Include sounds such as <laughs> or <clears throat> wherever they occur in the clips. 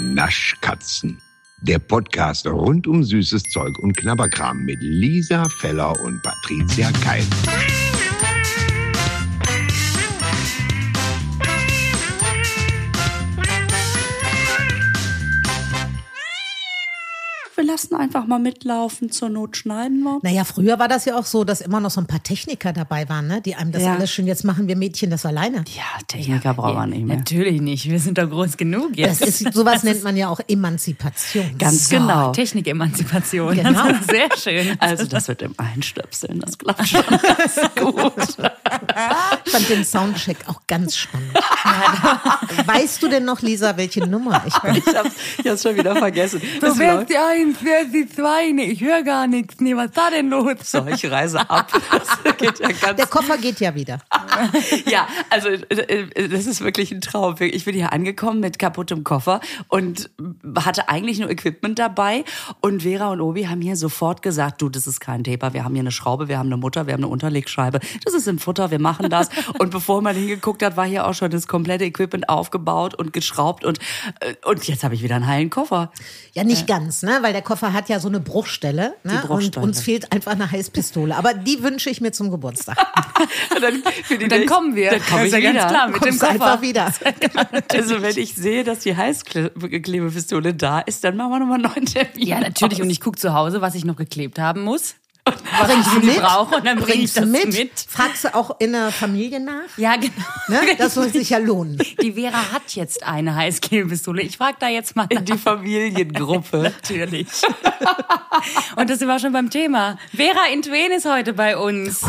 Naschkatzen. Der Podcast rund um süßes Zeug und Knabberkram mit Lisa Feller und Patricia Keil. Wir lassen einfach mal mitlaufen, zur Not schneiden wir. Naja, früher war das ja auch so, dass immer noch so ein paar Techniker dabei waren, ne? die einem das Ja. alles schön, jetzt machen wir Mädchen das alleine. Ja, Techniker brauchen wir nicht mehr. Natürlich nicht. Wir sind doch groß genug Das jetzt. ist, sowas nennt man ja auch Emanzipation. Ganz so, genau. Technikemanzipation. Genau. Das ist sehr schön. Also das wird im Einstöpseln, das <laughs> klappt schon. Das ist gut. Ich fand den Soundcheck auch ganz spannend. <laughs> weißt du denn noch, Lisa, welche Nummer ich bin? Ich hab's, ich hab's schon wieder vergessen. Es läuft. <laughs> die eins, wer die zwei? Nee, ich höre gar nichts. Nee, was war denn los? So, ich reise ab. Das geht ja ganz Der Koffer geht ja wieder. ja, also äh, äh, das ist wirklich ein Traum. Ich bin hier angekommen mit kaputtem Koffer und hatte eigentlich nur Equipment dabei. Und Vera und Obi haben hier sofort gesagt, du, das ist kein Taper. Wir haben hier eine Schraube, wir haben eine Mutter, wir haben eine Unterlegscheibe. Das ist im Futter, wir machen das. Und bevor man hingeguckt hat, war hier auch schon das komplette Equipment aufgebaut und geschraubt. Und, äh, und jetzt habe ich wieder einen heilen Koffer. Ja, nicht ganz, ne? Weil der Koffer hat ja so eine Bruchstelle, ne? Und Bruchstelle. uns fehlt einfach eine Heißpistole. Aber die wünsche ich mir zum Geburtstag. Und dann, für die Und dann nächste- kommen wir. Dann komme Das ich ist ja wieder. ganz klar, <laughs> mit dem Kommst Koffer. einfach wieder. Also wenn ich sehe, dass die Heißklebepistole da ist, dann machen wir nochmal einen neuen Termin. Ja, natürlich. Und ich gucke zu Hause, was ich noch geklebt haben muss. Was Bringst ich du irgendwie mit? brauche. Und dann bringe ich Bringst du das mit. mit? Fragst du auch in der Familie nach? Ja, genau. <laughs> Ne? Das soll sich ja lohnen. Die Vera hat jetzt eine Heißklebepistole. Ich frage da jetzt mal in nach. die Familiengruppe. Natürlich. Und das sind wir schon beim Thema. Vera Intwen ist heute bei uns.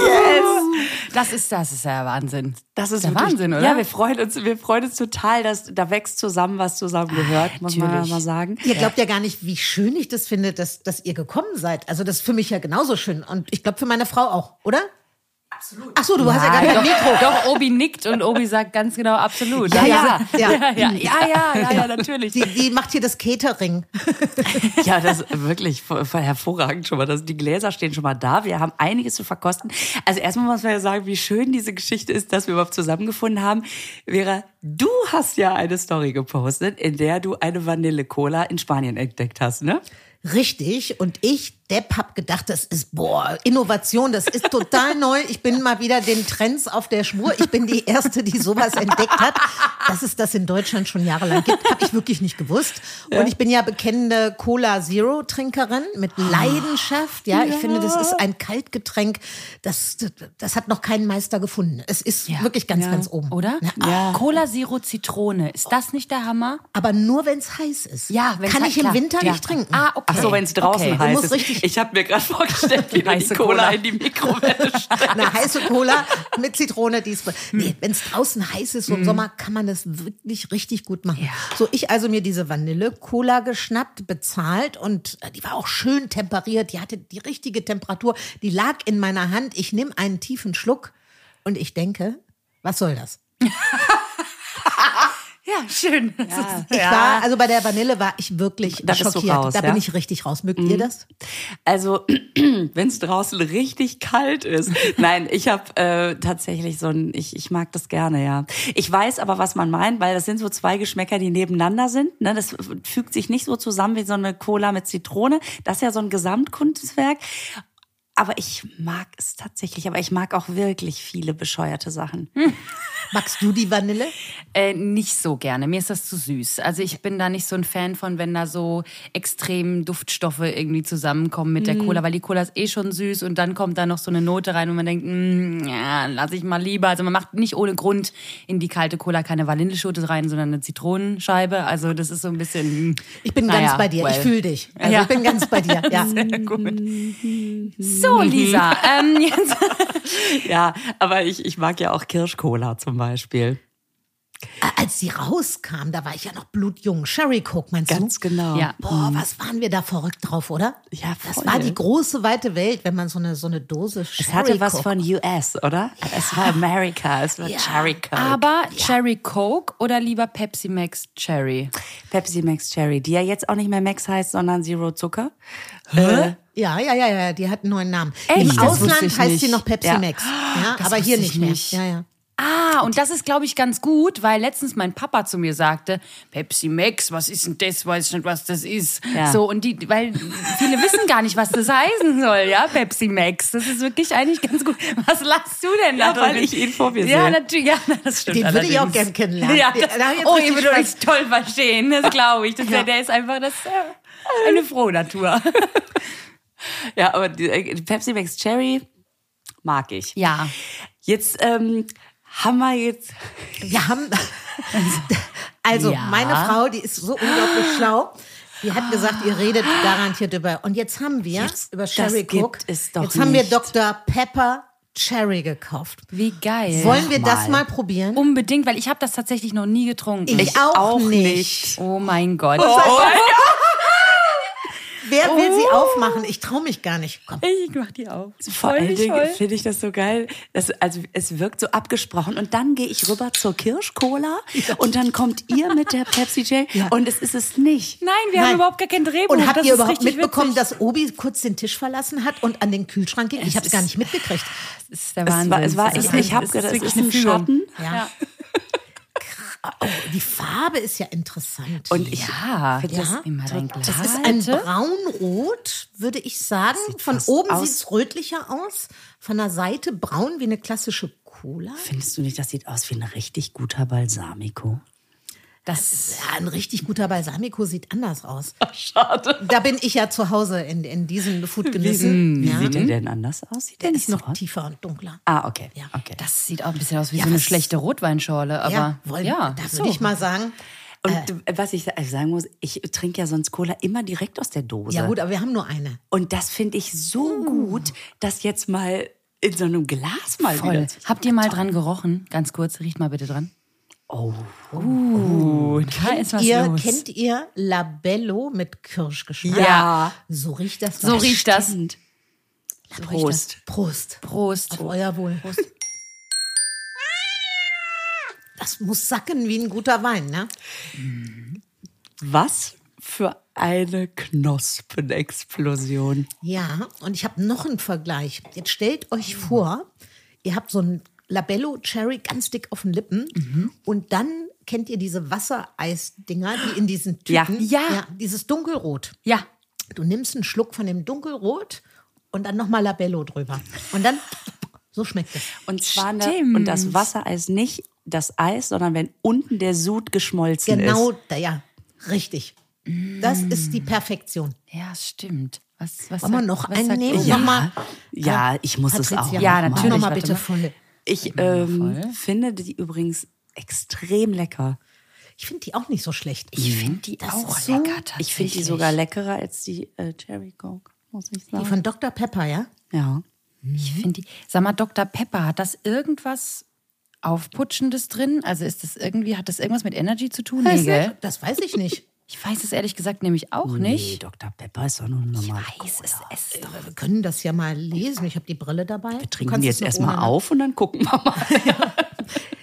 yes. Das ist das ist ja Wahnsinn. Das ist der wirklich, Wahnsinn, oder? Ja, wir freuen uns, wir freuen uns total, dass da wächst zusammen, was zusammengehört, muss man ja natürlich. mal sagen. Ihr glaubt ja gar nicht, wie schön ich das finde, dass, dass ihr gekommen seid. Also das ist für mich ja genauso schön. Und ich glaube für meine Frau auch, oder? Absolut. Ach so, du hast ja gar kein Mikro. Doch, Obi nickt und Obi sagt ganz genau absolut. Ja, Also, ja, <laughs> Mhm. ja, ja. ja, ja, ja, ja, ja, natürlich. Die, die macht hier das Catering. <laughs> Ja, das ist wirklich voll- voll hervorragend schon mal. Das, die Gläser stehen schon mal da. Wir haben einiges zu verkosten. Also erstmal muss man ja sagen, wie schön diese Geschichte ist, dass wir überhaupt zusammengefunden haben. Vera, du hast ja eine Story gepostet, in der du eine Vanille-Cola in Spanien entdeckt hast, ne? Richtig. Und ich, Depp, hab gedacht, das ist, boah, Innovation, das ist total <laughs> neu. Ich bin mal wieder den Trends auf der Spur. Ich bin die Erste, die sowas entdeckt hat. Dass es das in Deutschland schon jahrelang gibt, habe ich wirklich nicht gewusst. Und ich bin ja bekennende Cola Zero Trinkerin mit Ah. Leidenschaft. Ja, ich finde, das ist ein Kaltgetränk. Das, das hat noch keinen Meister gefunden. Es ist wirklich ganz, Ja. ganz oben. Oder? Ja, Ah, Cola Zero Zitrone. Ist das nicht der Hammer? Aber nur, wenn's heiß ist. wenn's Kann halt- ich im klar. Winter Ja. nicht trinken. Ah, okay. Ach so, wenn es draußen okay. Du heiß musst ist. richtig- <laughs> ich habe mir gerade vorgestellt, <laughs> wie du die Heiße Cola, Cola. in die Mikrowelle steckst. Eine heiße Cola mit Zitrone diesmal. Nee, wenn es draußen heiß ist, so im Sommer, kann man das wirklich richtig gut machen. So, ich also mir diese Vanille-Cola geschnappt, bezahlt und äh, die war auch schön temperiert. Die hatte die richtige Temperatur. Die lag in meiner Hand. Ich nehme einen tiefen Schluck und ich denke, was soll das? Ja, schön. Das ist- Ich war, also bei der Vanille war ich wirklich Da bist du schockiert. raus, da bin ja? ich richtig raus. Mögt ihr das? Also, <clears throat> wenn es draußen richtig kalt ist. Nein, ich habe äh, tatsächlich so ein, ich, ich mag das gerne, ja. Ich weiß aber, was man meint, weil das sind so zwei Geschmäcker, die nebeneinander sind. Ne? Das fügt sich nicht so zusammen wie so eine Cola mit Zitrone. Das ist ja so ein Gesamtkunstwerk. Aber ich mag es tatsächlich, aber ich mag auch wirklich viele bescheuerte Sachen. Magst du die Vanille? Äh, nicht so gerne. Mir ist das zu süß. Also ich bin da nicht so ein Fan von, wenn da so extrem Duftstoffe irgendwie zusammenkommen mit der Cola, weil die Cola ist eh schon süß und dann kommt da noch so eine Note rein und man denkt, mm, ja, lass ich mal lieber. Also man macht nicht ohne Grund in die kalte Cola keine Vanilleschote rein, sondern eine Zitronenscheibe. Also das ist so ein bisschen. mm, Ich bin naja, ganz bei dir. Ich well. fühle dich. Also Ja. ich bin ganz bei dir. Ja. <laughs> So, Lisa. ähm, jetzt, Ja, aber ich, ich mag ja auch Kirschcola zum Beispiel. Als sie rauskam, da war ich ja noch blutjung. Sherry Coke, meinst Ganz du? genau. ja. Boah, was waren wir da verrückt drauf, oder? Ja, Das voll. war die große weite Welt, wenn man so eine, so eine Dose Sherry Es hatte was Coke. von US, oder? Es war America, es war Ja. Cherry Coke. Aber Cherry Coke oder lieber Pepsi Max Cherry? Pepsi Max Cherry, die ja jetzt auch nicht mehr Max heißt, sondern Zero Zucker. Hä? Ja, ja, ja, ja, die hat einen neuen Namen. Echt? Im Das wusste Ausland ich heißt sie nicht. noch Pepsi Ja. Max. Ja, aber hier wusste nicht ich mehr. nicht. Ja, ja. Ah, und das ist, glaube ich, ganz gut, weil letztens mein Papa zu mir sagte, Pepsi Max, was ist denn das? Weiß ich nicht, was das ist. Ja. So, und die, weil viele wissen gar nicht, was das heißen soll, ja, Pepsi Max. Das ist wirklich eigentlich ganz gut. Was lachst du denn da Ja, weil drin? ich ihn vor mir Ja, sehe. natürlich, ja, das stimmt. Den würde ich auch allerdings. gern kennenlernen. <laughs> Ja, Den- das, da hab ich jetzt oh, richtig ihr würdet Spaß. euch toll verstehen, das glaube ich. Das, Der ist einfach das, <laughs> äh, eine frohe Natur. Ja, aber die, äh, die Pepsi Max Cherry mag ich. Ja. Jetzt ähm, haben wir jetzt. Wir haben. Also, Ja. meine Frau, die ist so unglaublich schlau. Die hat gesagt, ihr redet garantiert über. Und jetzt haben wir Jetzt- über das Cherry gibt Coke. es doch jetzt haben wir nicht. Dr. Pepper Cherry gekauft. Wie geil. Wollen wir mal. das mal probieren? Unbedingt, weil ich habe das tatsächlich noch nie getrunken. Ich auch nicht. Oh mein Gott. Wer will sie aufmachen? Ich traue mich gar nicht. Komm. <laughs> Ich mach die auf. Vor Voll, allen Dingen voll. finde ich das so geil. Das, also es wirkt so abgesprochen. Und dann gehe ich rüber zur Kirschcola und dann kommt ihr mit der Pepsi J und es ist es nicht. Nein, wir Nein. haben überhaupt gar kein Drehbuch. Und habt das ihr ist überhaupt richtig mitbekommen, witzig. dass Obi kurz den Tisch verlassen hat und an den Kühlschrank ging? Ich habe es gar nicht mitgekriegt. Das ist der Es Wahnsinn. war, es war, Das ich, ist ich ein- habe das gedacht, es wirklich ist ein eine Fügung. Schatten. Ja. Oh, die Farbe ist ja interessant. Und ich Ja, finde das das immer dein Glas. Das ist ein braunrot, würde ich sagen. Von oben sieht es rötlicher aus, von der Seite braun wie eine klassische Cola. Findest du nicht, das sieht aus wie ein richtig guter Balsamico? Das, Ja, ein richtig guter Balsamico sieht anders aus. Schade. Da bin ich ja zu Hause in, in diesen Foodgenüssen. Wie Ja, sieht der denn anders aus? Sieht der ist nicht so noch aus? tiefer und dunkler. Ah, okay. Ja. okay. das sieht auch ein bisschen aus wie Ja, so eine was- schlechte Rotweinschorle. Aber ja, ja, wollen, da würde ich mal sagen. Und äh, was ich sa- sagen muss, ich trinke ja sonst Cola immer direkt aus der Dose. Ja gut, aber wir haben nur eine. Und das finde ich so gut, dass jetzt mal in so einem Glas mal Voll. wieder. Habt ihr mal dran gerochen? Ganz kurz, riecht mal bitte dran. Oh, Uh, da ist was ihr, los. Kennt ihr Labello mit Kirschgeschmack? Ja. So riecht das. so riecht das. stimmt. das. Prost. Prost. Prost. Auf euer Wohl. Das muss sacken wie ein guter Wein, ne? Was für eine Knospenexplosion. Ja, und ich habe noch einen Vergleich. Jetzt stellt euch vor, ihr habt so ein Labello Cherry ganz dick auf den Lippen und dann kennt ihr diese Wassereisdinger, die in diesen Ja. Tüten, Ja. dieses dunkelrot. Ja. Du nimmst einen Schluck von dem dunkelrot und dann nochmal Labello drüber. Und dann, so schmeckt es. Und zwar ne- Stimmt. und das Wassereis nicht das Eis, sondern wenn unten der Sud geschmolzen Genau, ist. da, ja, richtig. Das ist die Perfektion. Ja, stimmt. Was, was Wollen wir sagt- noch was einen sagt nehmen? ihr? Noch mal- Äh, Ja, ich muss Patricia, es auch. Ja, mach natürlich, Noch mal warte bitte mal. voll. Ich ähm, finde die übrigens extrem lecker. Ich finde die auch nicht so schlecht. Ich finde die Das auch ist so- lecker Ich finde die tatsächlich. sogar leckerer als die äh, Cherry Coke, muss ich Die sagen. von Dr. Pepper, ja? Ja. Ich finde die. Sag mal, Dr. Pepper, hat das irgendwas Aufputschendes drin? Also ist das irgendwie, hat das irgendwas mit Energy zu tun? Nee, gell? Das weiß ich nicht. Ich weiß es ehrlich gesagt nämlich auch Nee, nicht. Dr. Pepper ist doch nur normal. Weiß es es doch. Äh, Wir können das ja mal lesen. Ich habe die Brille dabei. Wir Trinken wir jetzt erstmal auf und dann gucken wir mal.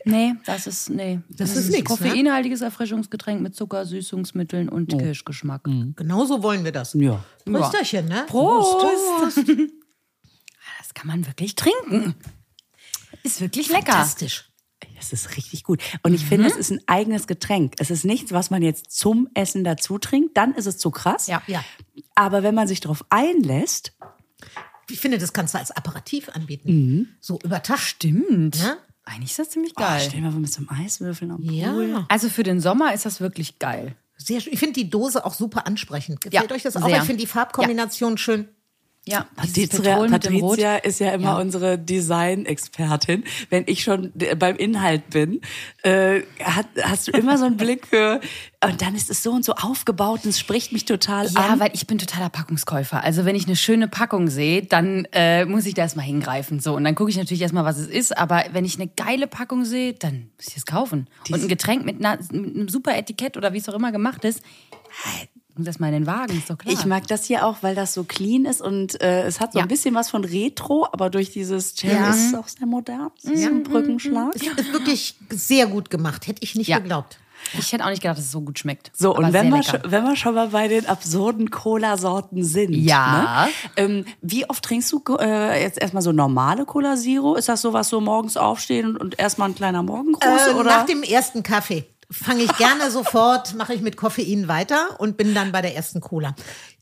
Nee, das ist, nee. Das ist nichts, ne? Koffeinhaltiges Erfrischungsgetränk mit Zucker, Süßungsmitteln Oh. und Kirschgeschmack. Genauso wollen wir das. ja. Prösterchen, ne? Prost. Prost. Das kann man wirklich trinken. Ist wirklich lecker. Fantastisch. Das ist richtig gut. Und ich finde, es ist ein eigenes Getränk. Es ist nichts, was man jetzt zum Essen dazu trinkt. Dann ist es zu krass. Ja. Ja. Aber wenn man sich darauf einlässt, Ich finde, das kannst du als Aperitif anbieten. So über Tag. Stimmt. Ne? Eigentlich ist das ziemlich Ah, oh, geil. stell dir mal vor, mit so einem Eiswürfeln am Pool. Ja. also für den Sommer ist das wirklich geil. Sehr schön. Ich finde die Dose auch super ansprechend. Gefällt Ja, euch das auch? sehr. Ich finde die Farbkombination schön. Ja, dieses Patrizia, Petrol mit dem Rot. Patrizia ist ja immer unsere Design-Expertin. Wenn ich schon d- beim Inhalt bin, äh, hat, hast du immer so einen Blick für, und dann ist es so und so aufgebaut und es spricht mich total Ja, an. Ah, weil ich bin totaler Packungskäufer. Also wenn ich eine schöne Packung sehe, dann äh, muss ich da erstmal hingreifen. So. Und dann gucke ich natürlich erstmal, was es ist. Aber wenn ich eine geile Packung sehe, dann muss ich es kaufen. Und ein Getränk mit, einer, mit einem super Etikett oder wie es auch immer gemacht ist, äh, muss erstmal in den Wagen, ist doch klar. Ich mag das hier auch, weil das so clean ist und äh, es hat so Ja. ein bisschen was von Retro, aber durch dieses Cherry Ja. ist es auch sehr modern. Es ist so ein Brückenschlag. Ist wirklich sehr gut gemacht. Hätte ich nicht Ja. geglaubt. Ich hätte auch nicht gedacht, dass es so gut schmeckt. So, und Aber wenn sehr wir, lecker. schon, wenn wir schon mal bei den absurden Cola-Sorten sind, Ja. ne? ähm, wie oft trinkst du äh, jetzt erstmal so normale Cola Zero? Ist das sowas so morgens aufstehen und erstmal ein kleiner Morgengruß? Ähm, Äh, oder? Nach dem ersten Kaffee fange ich <laughs> gerne sofort, mache ich mit Koffein weiter und bin dann bei der ersten Cola.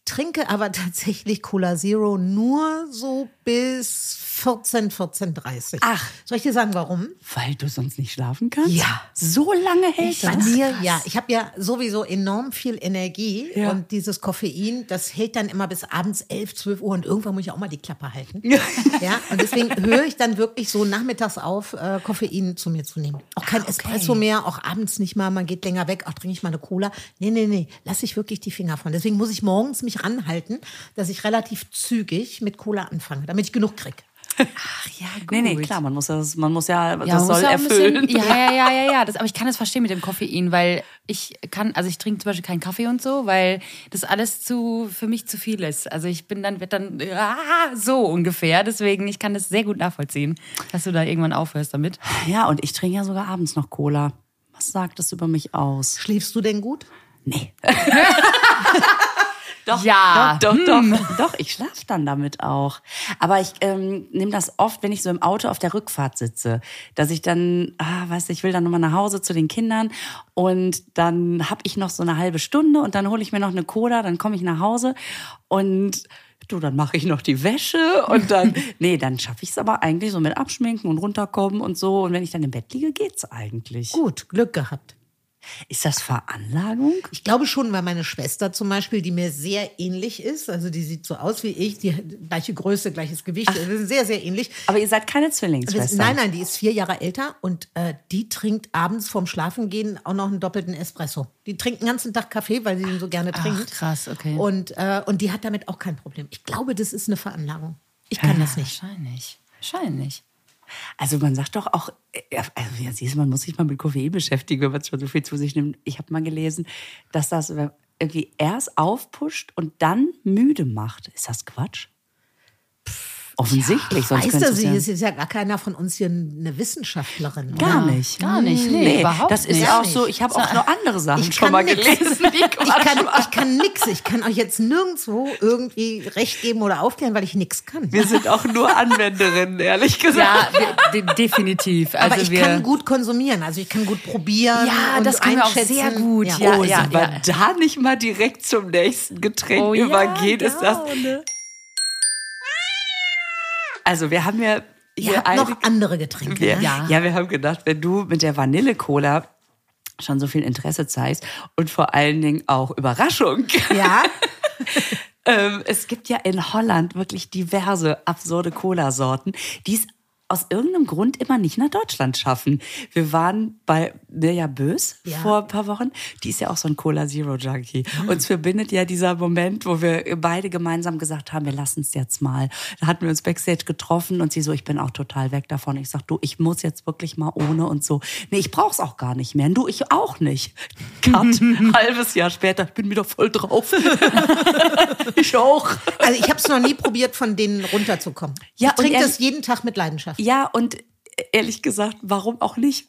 Trinke aber tatsächlich Cola Zero nur so bis 14, 14.30 Ach. Soll ich dir sagen, warum? Weil du sonst nicht schlafen kannst? Ja. So lange hält Bei das? mir, ja. Ich habe ja sowieso enorm viel Energie Ja. und dieses Koffein, das hält dann immer bis abends 11, 12 Uhr und irgendwann muss ich auch mal die Klappe halten. Ja. <laughs> Ja, und deswegen höre ich dann wirklich so nachmittags auf, äh, Koffein zu mir zu nehmen. Auch Ah, kein Espresso mehr, auch abends nicht mal, man geht länger weg, auch trinke ich mal eine Cola. Nee, nee, nee, lasse ich wirklich die Finger von. Deswegen muss ich morgens mich ranhalten, dass ich relativ zügig mit Cola anfange, damit ich genug kriege. Ach ja, gut. Nee, nee, klar, man muss, das, man muss ja, das Ja, man muss soll ja auch ein erfüllen. Bisschen, ja, ja, ja, ja, ja. Das, aber ich kann das verstehen mit dem Koffein, weil ich kann, also ich trinke zum Beispiel keinen Kaffee und so, weil das alles zu, für mich zu viel ist. Also ich bin dann, wird dann ah, so ungefähr. Deswegen, ich kann das sehr gut nachvollziehen, dass du da irgendwann aufhörst damit. ja, und ich trinke ja sogar abends noch Cola. Was sagt das über mich aus? Schläfst du denn gut? Nee. <laughs> doch, Ja. doch, doch, doch, Hm. doch, ich schlafe dann damit auch. Aber ich ähm, nehme das oft, wenn ich so im Auto auf der Rückfahrt sitze, dass ich dann, ah, weißt du, ich will dann nochmal nach Hause zu den Kindern und dann habe ich noch so eine halbe Stunde und dann hole ich mir noch eine Cola, dann komme ich nach Hause und du, dann mache ich noch die Wäsche und <laughs> dann, nee, dann schaffe ich es aber eigentlich so mit Abschminken und runterkommen und so. Und wenn ich dann im Bett liege, geht's eigentlich. Gut, Glück gehabt. Ist das Veranlagung? Ich glaube schon, weil meine Schwester zum Beispiel, die mir sehr ähnlich ist, also die sieht so aus wie ich, die hat gleiche Größe, gleiches Gewicht, wir sind sehr, sehr ähnlich. Aber ihr seid keine Wir- Zwillingsschwestern. Nein, nein, die ist vier Jahre älter und äh, die trinkt abends vorm Schlafengehen auch noch einen doppelten Espresso. Die trinkt den ganzen Tag Kaffee, weil sie ihn so gerne trinkt. krass, okay. Und, äh, und die hat damit auch kein Problem. Ich glaube, das ist eine Veranlagung. Ich kann Ah, das nicht. Wahrscheinlich. Wahrscheinlich. Also man sagt doch auch, äh, also ja, siehst du, man muss sich mal mit Koffein beschäftigen, wenn man schon so viel zu sich nimmt. Ich habe mal gelesen, dass das irgendwie erst aufpusht und dann müde macht. Ist das Quatsch? Offensichtlich, sonst Weißt könnte du, es sie ja ist ist ja gar keiner von uns hier eine Wissenschaftlerin. gar oder? nicht. Gar nicht, nee, überhaupt das ist nicht. auch so, ich habe auch noch andere Sachen Ich schon kann mal nix. gelesen. die Ich Quatsch kann, machen. ich kann nix. Ich kann euch jetzt nirgendwo irgendwie recht geben oder aufklären, weil ich nix kann. Wir sind auch nur Anwenderinnen, ehrlich gesagt. Ja, wir, de, definitiv. Also Aber ich wir, kann gut konsumieren. Also ich kann gut probieren. Ja, und das können wir auch einschätzen. sehr gut, ja. oh, sind wir ja. da nicht mal direkt zum nächsten Getränk Oh ja, ne. übergeht, ist das. gerne. Also wir haben ja Ihr hier habt einige noch andere Getränke. Wir, ne? ja. Ja. wir haben gedacht, wenn du mit der Vanille-Cola schon so viel Interesse zeigst und vor allen Dingen auch Überraschung. Ja. ähm, es gibt ja in Holland wirklich diverse absurde Cola-Sorten, die es aus irgendeinem Grund immer nicht nach Deutschland schaffen. Wir waren bei Mirja Bös Ja. vor ein paar Wochen. Die ist ja auch so ein Cola Zero Junkie. Uns verbindet ja dieser Moment, wo wir beide gemeinsam gesagt haben, wir lassen es jetzt mal. Da hatten wir uns backstage getroffen und sie so, ich bin auch total weg davon. Ich sag, du, ich muss jetzt wirklich mal ohne und so. Nee, ich brauch's auch gar nicht mehr. Und Du, ich auch nicht. Cut. <laughs> Halbes Jahr später, ich bin wieder voll drauf. <laughs> ich auch. Also ich habe es noch nie probiert, von denen runterzukommen. Ja, ich trinke und das jeden Tag mit Leidenschaft. Ja, und ehrlich gesagt, warum auch nicht?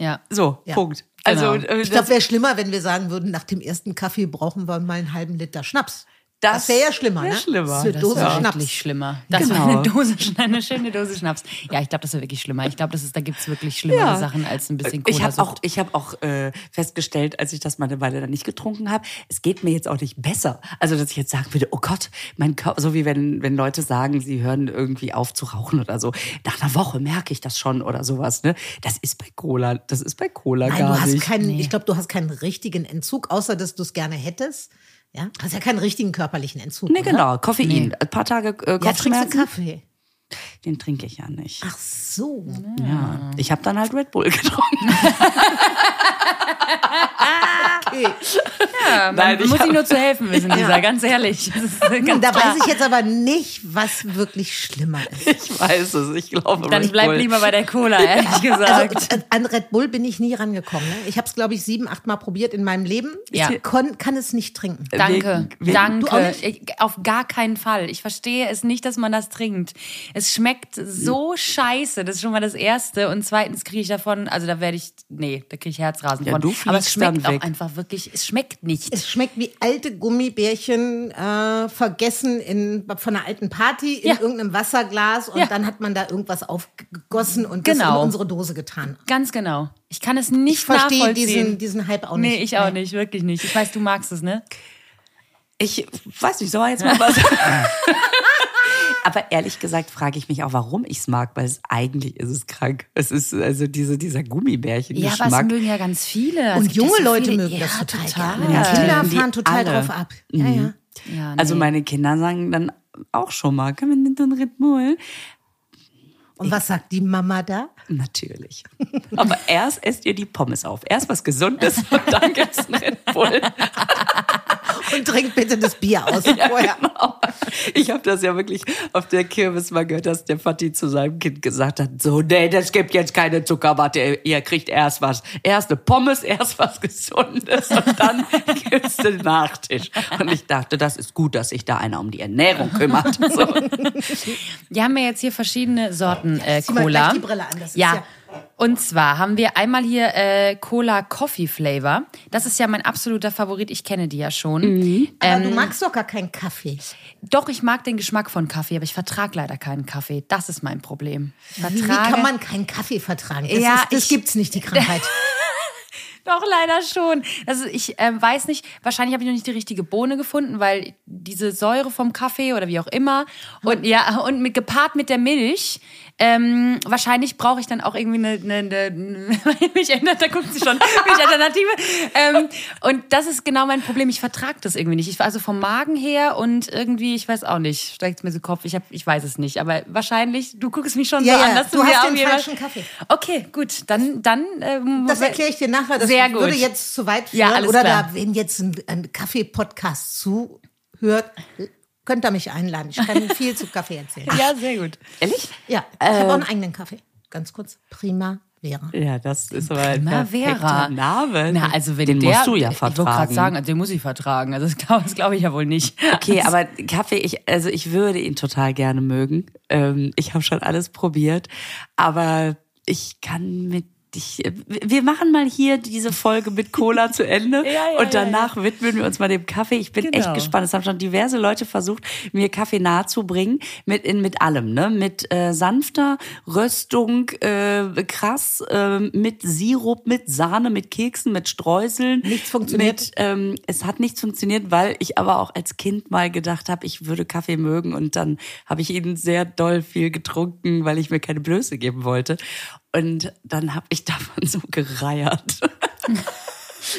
ja. So, Ja. Punkt. Also, Genau. äh, Ich das- glaube, wäre schlimmer, wenn wir sagen würden, nach dem ersten Kaffee brauchen wir mal einen halben Liter Schnaps. Das Das, wäre ja schlimmer, wär ne? schlimmer. Das ist eine Das Dose wär Schnaps. Wirklich schlimmer. Das Genau. war eine Dose, eine schöne Dose Schnaps. Ja, ich glaube, das ist wirklich schlimmer. Ich glaube, das ist, da gibt's wirklich schlimmere Ja. Äh, Sachen als ein bisschen Cola. Ich habe auch, ich hab auch äh, festgestellt, als ich das mal eine Weile dann nicht getrunken habe, es geht mir jetzt auch nicht besser. Also, dass ich jetzt sagen würde, oh Gott, mein Körper, so wie wenn, wenn Leute sagen, sie hören irgendwie auf zu rauchen oder so. Nach einer Woche merke ich das schon oder sowas. Ne? Das ist bei Cola, das ist bei Cola Nein, gar du hast nicht. keinen, ich glaube, du hast keinen richtigen Entzug, außer dass du es gerne hättest. Ja, du hast ja keinen richtigen körperlichen Entzug. Nee, oder? genau, Koffein. Ein paar Tage äh, Ja, trinkst du Ah. Kopfschmerzen, Kaffee? den trinke ich ja nicht. Ach so. <laughs> ja. Ich habe dann halt Red Bull getrunken. Okay. <laughs> Ostsee. Ja, man Nein, Also ich muss hab- sich nur zu <laughs> helfen wissen, Lisa, ganz ehrlich. Das ist ganz Hm, Da klar. weiß ich jetzt aber nicht, was wirklich schlimmer ist. Ich weiß es, ich glaube Dann Red bleib Bull. lieber bei der Cola, <laughs> ehrlich gesagt. Also, äh, an Red Bull bin ich nie rangekommen. Ne? Ich habe es, glaube ich, sieben, acht Mal probiert in meinem Leben. Ja. Ich kon, kann es nicht trinken. Danke, wegen- Du auch danke. nicht? Ich, auf gar keinen Fall. Ich verstehe es nicht, dass man das trinkt. Es schmeckt so scheiße. Das ist schon mal das Erste. Und zweitens kriege ich davon, also da werde ich, nee, da kriege ich Herzrasen Ja, von. du Aber fliegst es schmeckt dann auch weg. einfach wirklich, es schmeckt nicht. Es schmeckt wie alte Gummibärchen, äh, vergessen in, von einer alten Party in Ja. irgendeinem Wasserglas und Ja. dann hat man da irgendwas aufgegossen und das Genau. in unsere Dose getan. Ganz genau. Ich kann es nicht Ich verstehe diesen, nachvollziehen. diesen Hype auch nee, nicht. ich auch nicht, wirklich nicht. Ich weiß, du magst es, ne? Ich weiß nicht, soll man jetzt mal <laughs> was. Aber ehrlich gesagt frage ich mich auch, warum ich es mag, weil es eigentlich ist es krank. Es ist also diese, dieser Ja, Gummibärchen-Geschmack. aber es mögen ja ganz viele. Es Und gibt ja junge so Leute viele- mögen ja, Mhm. das total. total. gerne. Kinder Die fahren total alle. drauf ab. Ja, ja. Ja, nee. Also meine Kinder sagen dann auch schon mal, können wir mit den Red Bull? Und was sagt die Mama da? <laughs> Natürlich. Aber erst esst ihr die Pommes auf. Erst was Gesundes und dann gibt's einen Red Bull. Und trink bitte das Bier <laughs> aus vorher. Genau. Ich habe das ja wirklich auf der Kirmes mal gehört, dass der Vati zu seinem Kind gesagt hat, so, nee, das gibt jetzt keine Zuckerwatte, ihr kriegt erst was, erst eine Pommes, <laughs> erst was Gesundes und dann gibt's den Nachtisch. Und ich dachte, das ist gut, dass sich da einer um die Ernährung kümmert. <laughs> So. Wir haben ja jetzt hier verschiedene Sorten äh, zieh mal Cola. gleich die Brille an, das ist ja. ja- Und zwar haben wir einmal hier äh, Cola Coffee Flavor. Das ist ja mein absoluter Favorit. Ich kenne die ja schon. Aber Ähm, du magst doch gar keinen Kaffee. Doch, ich mag den Geschmack von Kaffee, aber ich vertrage leider keinen Kaffee. Das ist mein Problem. Vertrage. Wie kann man keinen Kaffee vertragen? Das, Ja, ist, das ich- gibt's nicht, die <laughs> Krankheit. Doch, leider schon. Also ich ähm, weiß nicht, wahrscheinlich habe ich noch nicht die richtige Bohne gefunden, weil diese Säure vom Kaffee oder wie auch immer Hm. und ja, und mit, gepaart mit der Milch, ähm, wahrscheinlich brauche ich dann auch irgendwie eine, eine, eine <laughs> mich ändert, da guckt sie schon, mich Alternative. Ähm, und das ist genau mein Problem, ich vertrage das irgendwie nicht. Ich, also vom Magen her und irgendwie, ich weiß auch nicht, steigt mir so Kopf, ich, hab, ich weiß es nicht, aber wahrscheinlich, du guckst mich schon Ja, so ja, an, dass du mir hast auf den jeden Fall- falschen Kaffee. Okay, gut, dann, dann ähm, Das erkläre ich dir nachher. Das Sehr gut. würde jetzt zu weit führen. Ja, alles Oder klar. da, wenn jetzt ein, ein Kaffee-Podcast zuhört, könnt ihr mich einladen. Ich kann viel zu Kaffee erzählen. Ja, sehr gut. Ehrlich? Ja, ich habe auch einen eigenen Kaffee. Ganz kurz. Prima Vera. Ja, das ist aber ein Primavera. perfekter Name. Na, also wenn den der, musst du ja Ich wollte gerade vertragen. sagen, also den muss ich vertragen. Also das glaube glaub ich ja wohl nicht. Okay, <laughs> aber Kaffee, ich, also ich würde ihn total gerne mögen. Ähm, ich habe schon alles probiert, aber ich kann mit ich, wir machen mal hier diese Folge mit Cola zu Ende <laughs> Ja, ja, und danach widmen wir uns mal dem Kaffee. Ich bin echt Genau. gespannt. Es haben schon diverse Leute versucht, mir Kaffee nahezubringen mit in mit allem, ne? Mit äh, sanfter Röstung, äh, krass, äh, mit Sirup, mit Sahne, mit Keksen, mit Streuseln. Nichts funktioniert. Mit, ähm, es hat nichts funktioniert, weil ich aber auch als Kind mal gedacht habe, ich würde Kaffee mögen und dann habe ich ihn sehr doll viel getrunken, weil ich mir keine Blöße geben wollte. Und dann habe ich <laughs> davon so gereiert. <laughs>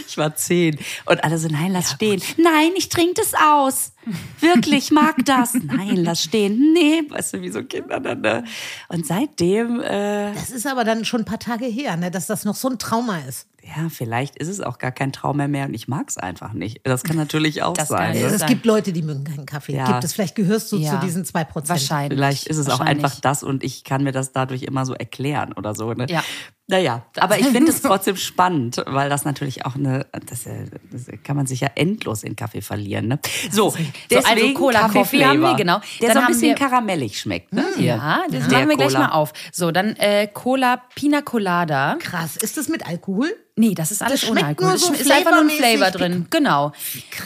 Ich war zehn. Und alle so, nein, lass stehen. Nein, ich trinke das aus. Wirklich, mag das. Nein, lass stehen. Nee, weißt du, wie so Kinder dann. Ne? Und seitdem, äh, Das ist aber dann schon ein paar Tage her, ne, dass das noch so ein Trauma ist. ja, vielleicht ist es auch gar kein Traum mehr mehr und ich mag es einfach nicht. Das kann natürlich auch Das sein. kann ne? sein. Es gibt Leute, die mögen keinen Kaffee. Ja. Gibt es, vielleicht gehörst du Ja. zu diesen zwei Prozent. Wahrscheinlich. Vielleicht ist es auch Wahrscheinlich. einfach das und ich kann mir das dadurch immer so erklären oder so. Ne? Ja. Naja, aber ich <laughs> finde es trotzdem spannend, weil das natürlich auch eine, das, äh, das kann man sich ja endlos in Kaffee verlieren. Ne? So, So, deswegen also Cola Kaffee Coffee haben wir, Flavor, genau. Der Dann so ein haben bisschen wir- Mm, karamellig schmeckt. Ne? Hier. Ja, das Der machen wir gleich Cola. mal auf. So, dann äh, Cola Pina Colada. Krass. Ist das mit Alkohol? Nee, das ist alles Das ohne schmeckt Alkohol. nur so ist einfach nur ein flavormäßig. Flavor drin. Genau.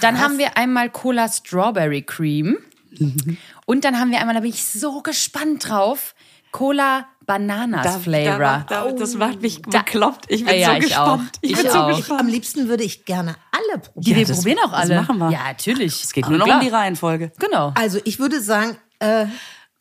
Dann haben wir einmal Cola Strawberry Cream. Mhm. Und dann haben wir einmal, da bin ich so gespannt drauf, Cola Bananas Da, Flavor. Oh, Ah da, macht- da, das macht mich bekloppt. Ich bin Ja, so ja, ich gespannt. auch. Ich bin auch. so Ich, gespannt. am liebsten würde ich gerne alle probieren. Ja, wir das- probieren auch das alle. machen wir. Ja, natürlich. Es geht nur noch um die Reihenfolge. Genau. Also ich würde sagen, äh,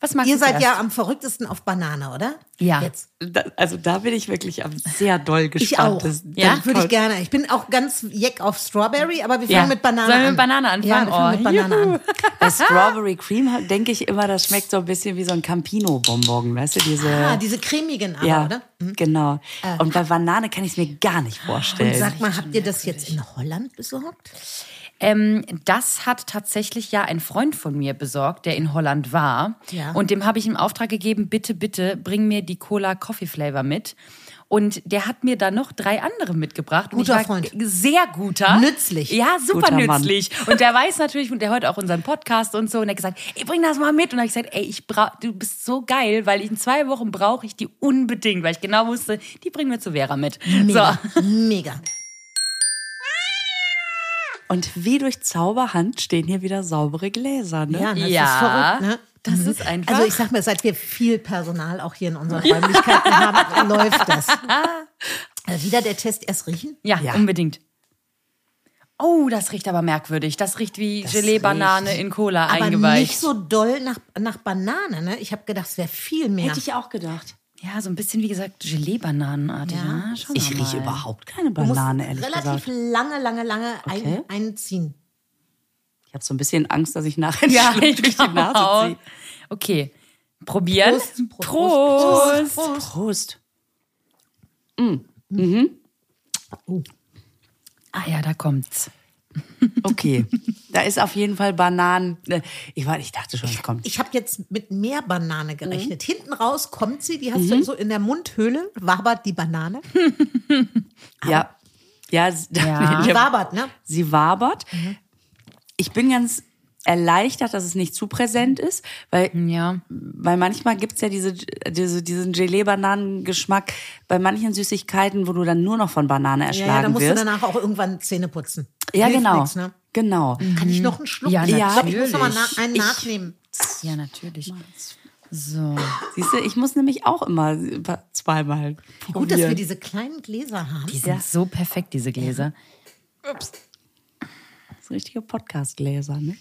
Was magst ihr du seid zuerst? ja am verrücktesten auf Banane, oder? Ja. Jetzt. da, also da bin ich wirklich am sehr doll gespannt. Das- Ja, Ja? würde toll. ich gerne. Ich bin auch ganz jeck auf Strawberry, aber wir fangen Ja. mit Banane Sollen wir an. mit Banane anfangen? Ja, wir fangen Oh, mit Banane an. Bei Strawberry Cream denke ich immer, das schmeckt so ein bisschen wie so ein Campino-Bonbon, weißt du, diese... Ah, diese cremigen aber, ja, oder? genau. Und bei Banane kann ich es mir gar nicht vorstellen. Und sag mal, habt ihr das jetzt in Holland besorgt? Ähm, das hat tatsächlich ja ein Freund von mir besorgt, der in Holland war. Ja. Und dem habe ich im Auftrag gegeben, bitte, bitte, bring mir die Cola Coffee Flavor mit. Und der hat mir dann noch drei andere mitgebracht. Und Guter ich war Freund. Sehr guter. Nützlich. Ja, super Guter Mann. nützlich. Und der weiß natürlich, und der hört auch unseren Podcast und so. Und er hat gesagt, ey, bring das mal mit. Und habe ich gesagt, ey, ich bra du bist so geil, weil in zwei Wochen brauche ich die unbedingt, weil ich genau wusste, die bringen wir zu Vera mit. Mega. So. Mega. Und wie durch Zauberhand stehen hier wieder saubere Gläser. Ne? Ja, das Ja, ist verrückt, ne? das Mhm. ist einfach- Also ich sag mal, seit wir viel Personal auch hier in unseren Räumlichkeiten <laughs> haben, läuft das. Äh, Wieder der Test erst riechen? Ja, Ja. unbedingt. Oh, das riecht aber merkwürdig. Das riecht wie Gelee-Banane riecht- in Cola Aber eingeweicht. nicht so doll nach, nach Banane, ne? Ich habe gedacht, es wäre viel mehr. Hätte ich auch gedartig. ja, so ein bisschen wie gesagt Gelee-Bananenartig. Ja, Ja. schauen wir Ich mal. rieche überhaupt keine Banane, ehrlich Relativ gesagt. lange, lange, lange Okay. ein, einziehen. Ich habe so ein bisschen Angst, dass ich nachher die <laughs> Ja, Schluck <laughs> ich durch die Nase glaube ziehe. auch. Okay, probieren. Prost, Prost, Äh, Prost. Prost. Prost. Ah ja, da kommt's. Okay, da ist auf jeden Fall Bananen. ne, Ich, war, ich dachte schon, es kommt. Ich habe jetzt mit mehr Mhm. Banane gerechnet. Hinten raus kommt sie, die hast du so in der Mundhöhle, wabert die Banane. Ja, ja, s- <laughs> <laughs> Ja. Die wabert, ne? sie wabert. Mhm. Ich bin ganz erleichtert, dass es nicht zu präsent ist, weil Ja. weil manchmal gibt's ja diese, diese, diesen Gelee-Bananen-Geschmack bei manchen Süßigkeiten, wo du dann nur noch von Banane Ja, erschlagen ja, da musst wirst. du danach auch irgendwann Zähne putzen. ja, Hilft genau. nix, ne? Genau. Kann ich noch einen Schluck? Mhm. Ja, ich glaub, ich muss natürlich. noch mal na einen nachnehmen. Ja, natürlich. So. Siehst du, ich muss nämlich auch immer zweimal probieren. Gut, dass wir diese kleinen Gläser haben. Die sind so perfekt, diese Gläser. das richtige Podcast-Gläser, ne?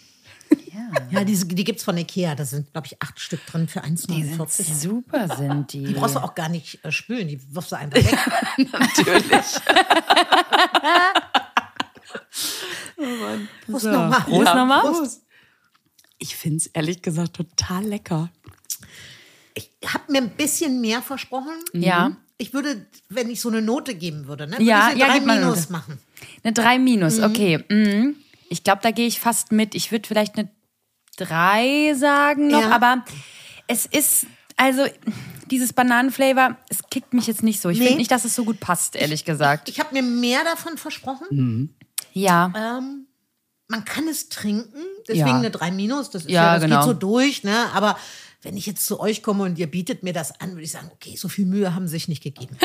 Ja. ja, diese, die gibt's von Ikea. Da sind, glaube ich, acht Stück drin für Die sind 1,49. super, sind die. Die brauchst du auch gar nicht äh, spülen. Die wirfst du einfach weg. <laughs> Natürlich. <laughs> Prost nochmal. Oh Prost nochmal. Ich find's ehrlich gesagt total lecker. Ich habe mir ein bisschen mehr versprochen. Mhm. Ja. Ich würde, wenn ich so eine Note geben würde, ne? würde Ja, ich eine ja, drei gib mal eine Minus Note. machen. Eine 3 minus, okay. Mhm. Ich glaube, da gehe ich fast mit. Ich würde vielleicht eine 3 sagen noch, Ja. aber es ist, also dieses Bananenflavor, es kickt mich jetzt nicht so. Ich Nee. finde nicht, dass es so gut passt, ehrlich gesagt. Ich habe mir mehr davon versprochen. Ja, Ähm, man kann es trinken, deswegen Ja. eine 3 minus, das, ist Ja, ja, das genau. geht so durch, ne? Aber wenn ich jetzt zu euch komme und ihr bietet mir das an, würde ich sagen, okay, so viel Mühe haben sie sich nicht <laughs> gegeben.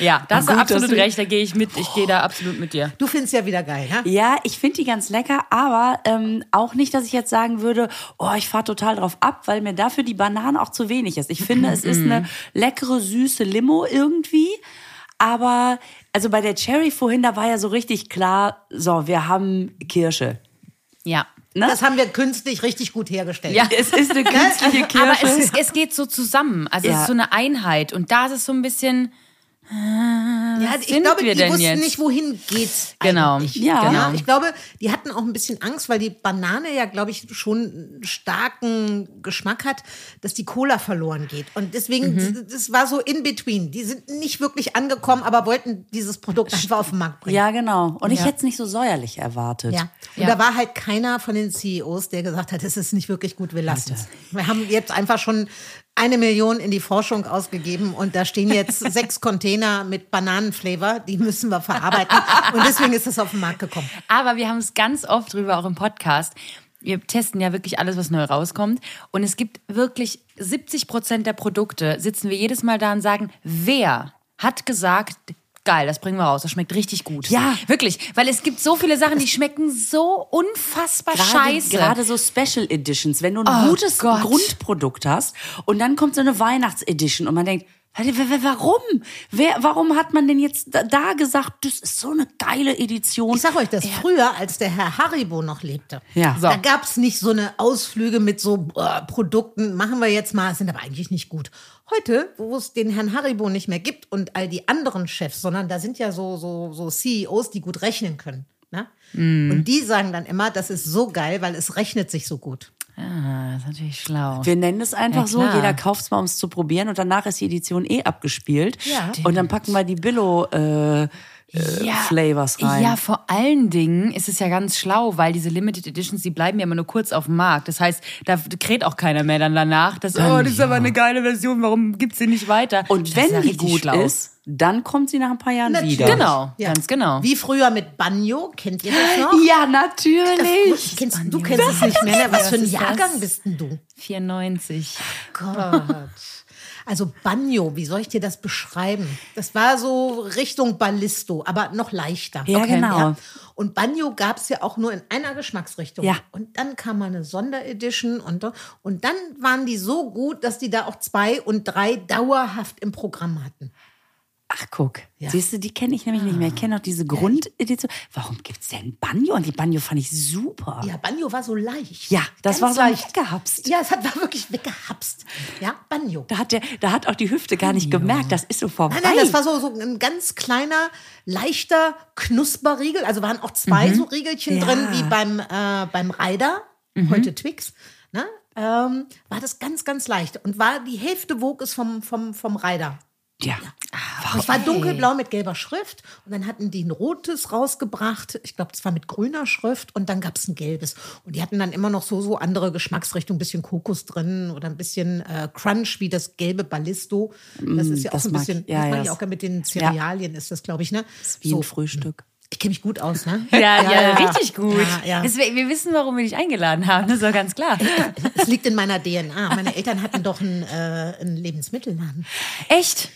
ja, da hast du Gut, dass absolut du- recht, da gehe ich mit. Ich gehe Oh. da absolut mit dir. Du findest ja wieder geil, ne? Ja, ich find die ganz lecker, aber ähm, auch nicht, dass ich jetzt sagen würde, oh, ich fahr total drauf ab, weil mir dafür die Banane auch zu wenig ist. Ich finde, es <laughs> ist eine leckere, süße Limo irgendwie. Aber, also bei der Cherry vorhin, da war ja so richtig klar, so, wir haben Kirsche. Ja. Ne? Das haben wir künstlich richtig gut hergestellt. Ja. <laughs> es ist <laughs> eine künstliche Kirsche. Aber es, ist, es geht so zusammen. Also es Ja. ist so eine Einheit. Und da ist es so ein bisschen. Ja, was ich sind glaube, wir die denn wussten jetzt? nicht, wohin geht's Genau. eigentlich. Ja. Genau. Ich glaube, die hatten auch ein bisschen Angst, weil die Banane ja, glaube ich, schon einen starken Geschmack hat, dass die Cola verloren geht. Und deswegen, Mhm. das- das war so in between. Die sind nicht wirklich angekommen, aber wollten dieses Produkt einfach auf den Markt bringen. ja, genau. Und ich Ja. hätte es nicht so säuerlich erwartet. Ja. Und Ja. da war halt keiner von den CEOs, der gesagt hat, es ist nicht wirklich gut, wir lassen es. Wir haben jetzt einfach schon eine Million in die Forschung ausgegeben und da stehen <laughs> jetzt sechs Container mit Bananenflavor, die müssen wir verarbeiten. Und deswegen ist es auf den Markt gekommen. Aber wir haben es ganz oft drüber, auch im Podcast. Wir testen ja wirklich alles, was neu rauskommt. Und es gibt wirklich 70 Prozent der Produkte, sitzen wir jedes Mal da und sagen, wer hat gesagt, geil, das bringen wir raus, das schmeckt richtig gut. Ja. Wirklich, weil es gibt so viele Sachen, die schmecken so unfassbar Gerade, scheiße. gerade so Special Editions, wenn du ein Oh gutes Gott. Grundprodukt hast und dann kommt so eine Weihnachts-Edition und man denkt, Also, w- w- Warum? Wer, warum hat man denn jetzt da- da gesagt, das ist so eine geile Edition? Ich sag euch das früher, als der Herr Haribo noch lebte. Ja. Da gab's nicht so eine Ausflüge mit so boah, Produkten, machen wir jetzt mal, sind aber eigentlich nicht gut. Heute, wo es den Herrn Haribo nicht mehr gibt und all die anderen Chefs, sondern da sind ja so, so, so CEOs, die gut rechnen können. Ne? Mhm. Und die sagen dann immer, das ist so geil, weil es rechnet sich so gut. Ah, das ist natürlich schlau. Wir nennen es einfach Ja, so, klar. jeder kauft es mal, um es zu probieren und danach ist die Edition eh abgespielt. Ja. Und dann packen wir die Billo äh, äh, Flavors rein. Ja, vor allen Dingen ist es ja ganz schlau, weil diese Limited Editions, die bleiben ja immer nur kurz auf dem Markt. Das heißt, da kräht auch keiner mehr dann danach. Das, oh, das ist aber eine geile Version, warum gibt's sie nicht weiter? und Das wenn ist ja die richtig gut schlau. ist, dann kommt sie nach ein paar Jahren Natürlich. wieder. Genau, ganz genau. Wie früher mit Banjo, kennt ihr das noch? Ja, natürlich. Ich kennst, du kennst es nicht <laughs> mehr. ne? Was für ein ist das? Jahrgang bist denn du? 94. Gott. Also Banjo, wie soll ich dir das beschreiben? Das war so Richtung Ballisto, aber noch leichter. Ja, genau. Und Banjo gab es ja auch nur in einer Geschmacksrichtung. Ja. Und dann kam mal eine Sonderedition und, und dann waren die so gut, dass die da auch zwei und drei dauerhaft im Programm hatten. Ach, guck. Siehst du, die kenne ich nämlich nicht mehr. Ich kenne noch Ah. diese Grundedition. Warum gibt es denn Banjo? Und die Banjo fand ich super. Ja, Banjo war so leicht. Ja, das war so leicht. weggehapst. Ja, es hat, war wirklich weggehapst. Ja, Banjo. Da, hat der, da hat auch die Hüfte gar nicht gemerkt, das ist so vorbei. Nein, nein, das war so, so ein ganz kleiner, leichter Knusperriegel. Also waren auch zwei so Riegelchen Mhm. Ja. Mhm. drin, wie beim, äh, beim Reider, heute Twix. Ne? Ähm, war das ganz, ganz leicht. Und war die Hälfte wog es vom, vom, vom Reider. ja. Es war Oh. dunkelblau mit gelber Schrift und dann hatten die ein rotes rausgebracht. Ich glaube, das war mit grüner Schrift und dann gab es ein gelbes. Und die hatten dann immer noch so, so andere Geschmacksrichtungen, ein bisschen Kokos drin oder ein bisschen äh, Crunch wie das gelbe Ballisto. Das ist ja Mm, auch das so ein mag bisschen, ich. Ja, das mag ja, ich auch das- gerne mit den Cerealien ist das, glaube ich, ne? Wie ein So, Frühstück. ich kenne mich gut aus, ne? <laughs> Ja, ja, richtig gut. Ja, ja. Deswegen, wir wissen, warum wir dich eingeladen haben. Das ist doch ganz klar. Es liegt in meiner DNA. Meine Eltern hatten doch einen, äh, einen Lebensmittelladen. Echt?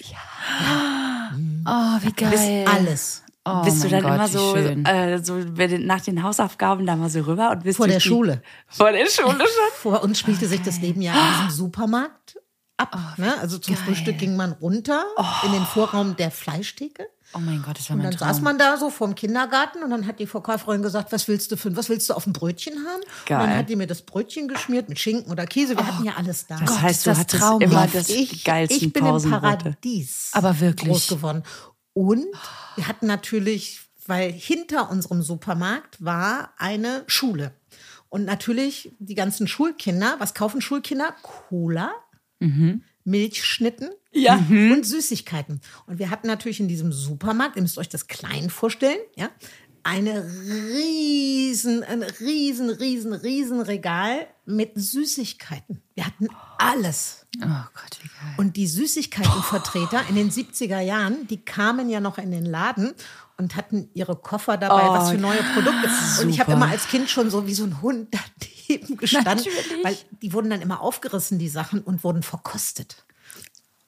Ja. Oh, wie geil. Alles. Oh, bist du dann mein Gott, immer wie so, schön. äh, so bei den- nach den Hausaufgaben da mal so rüber und bist Vor durch der die- Schule. Vor der Schule <laughs> schon. Vor uns spielte sich das Leben ja in diesem Oh, Supermarkt ab. ne? Also zum Frühstück ging man runter Oh. in den Vorraum der Fleischtheke. Oh mein Gott, das war Und mein dann Traum. saß man da so vorm Kindergarten und dann hat die Verkäuferin gesagt, was willst du für, was willst du auf dem Brötchen haben? Und Geil. Oh, dann hat die mir das Brötchen geschmiert mit Schinken oder Käse. Wir hatten ja alles da. Das heißt, du das hattest traumhaft. immer das ich, geilsten ich bin im Pausenbrote. Paradies Aber wirklich. groß geworden. Und wir hatten natürlich, weil hinter unserem Supermarkt war eine Schule. Und natürlich die ganzen Schulkinder, was kaufen Schulkinder? Cola, Milchschnitten Ja. und Süßigkeiten. Und wir hatten natürlich in diesem Supermarkt, ihr müsst euch das klein vorstellen, ja, eine riesen, ein riesen, riesen, riesen Regal mit Süßigkeiten. Wir hatten alles. Oh Gott, wie geil. Und die Süßigkeitenvertreter in den 70er Jahren, die kamen ja noch in den Laden und hatten ihre Koffer dabei, was für neue Produkte. Und ich habe immer als Kind schon so wie so ein Hund <laughs> daneben gestanden, Natürlich. weil die wurden dann immer aufgerissen, die Sachen, und wurden verkostet.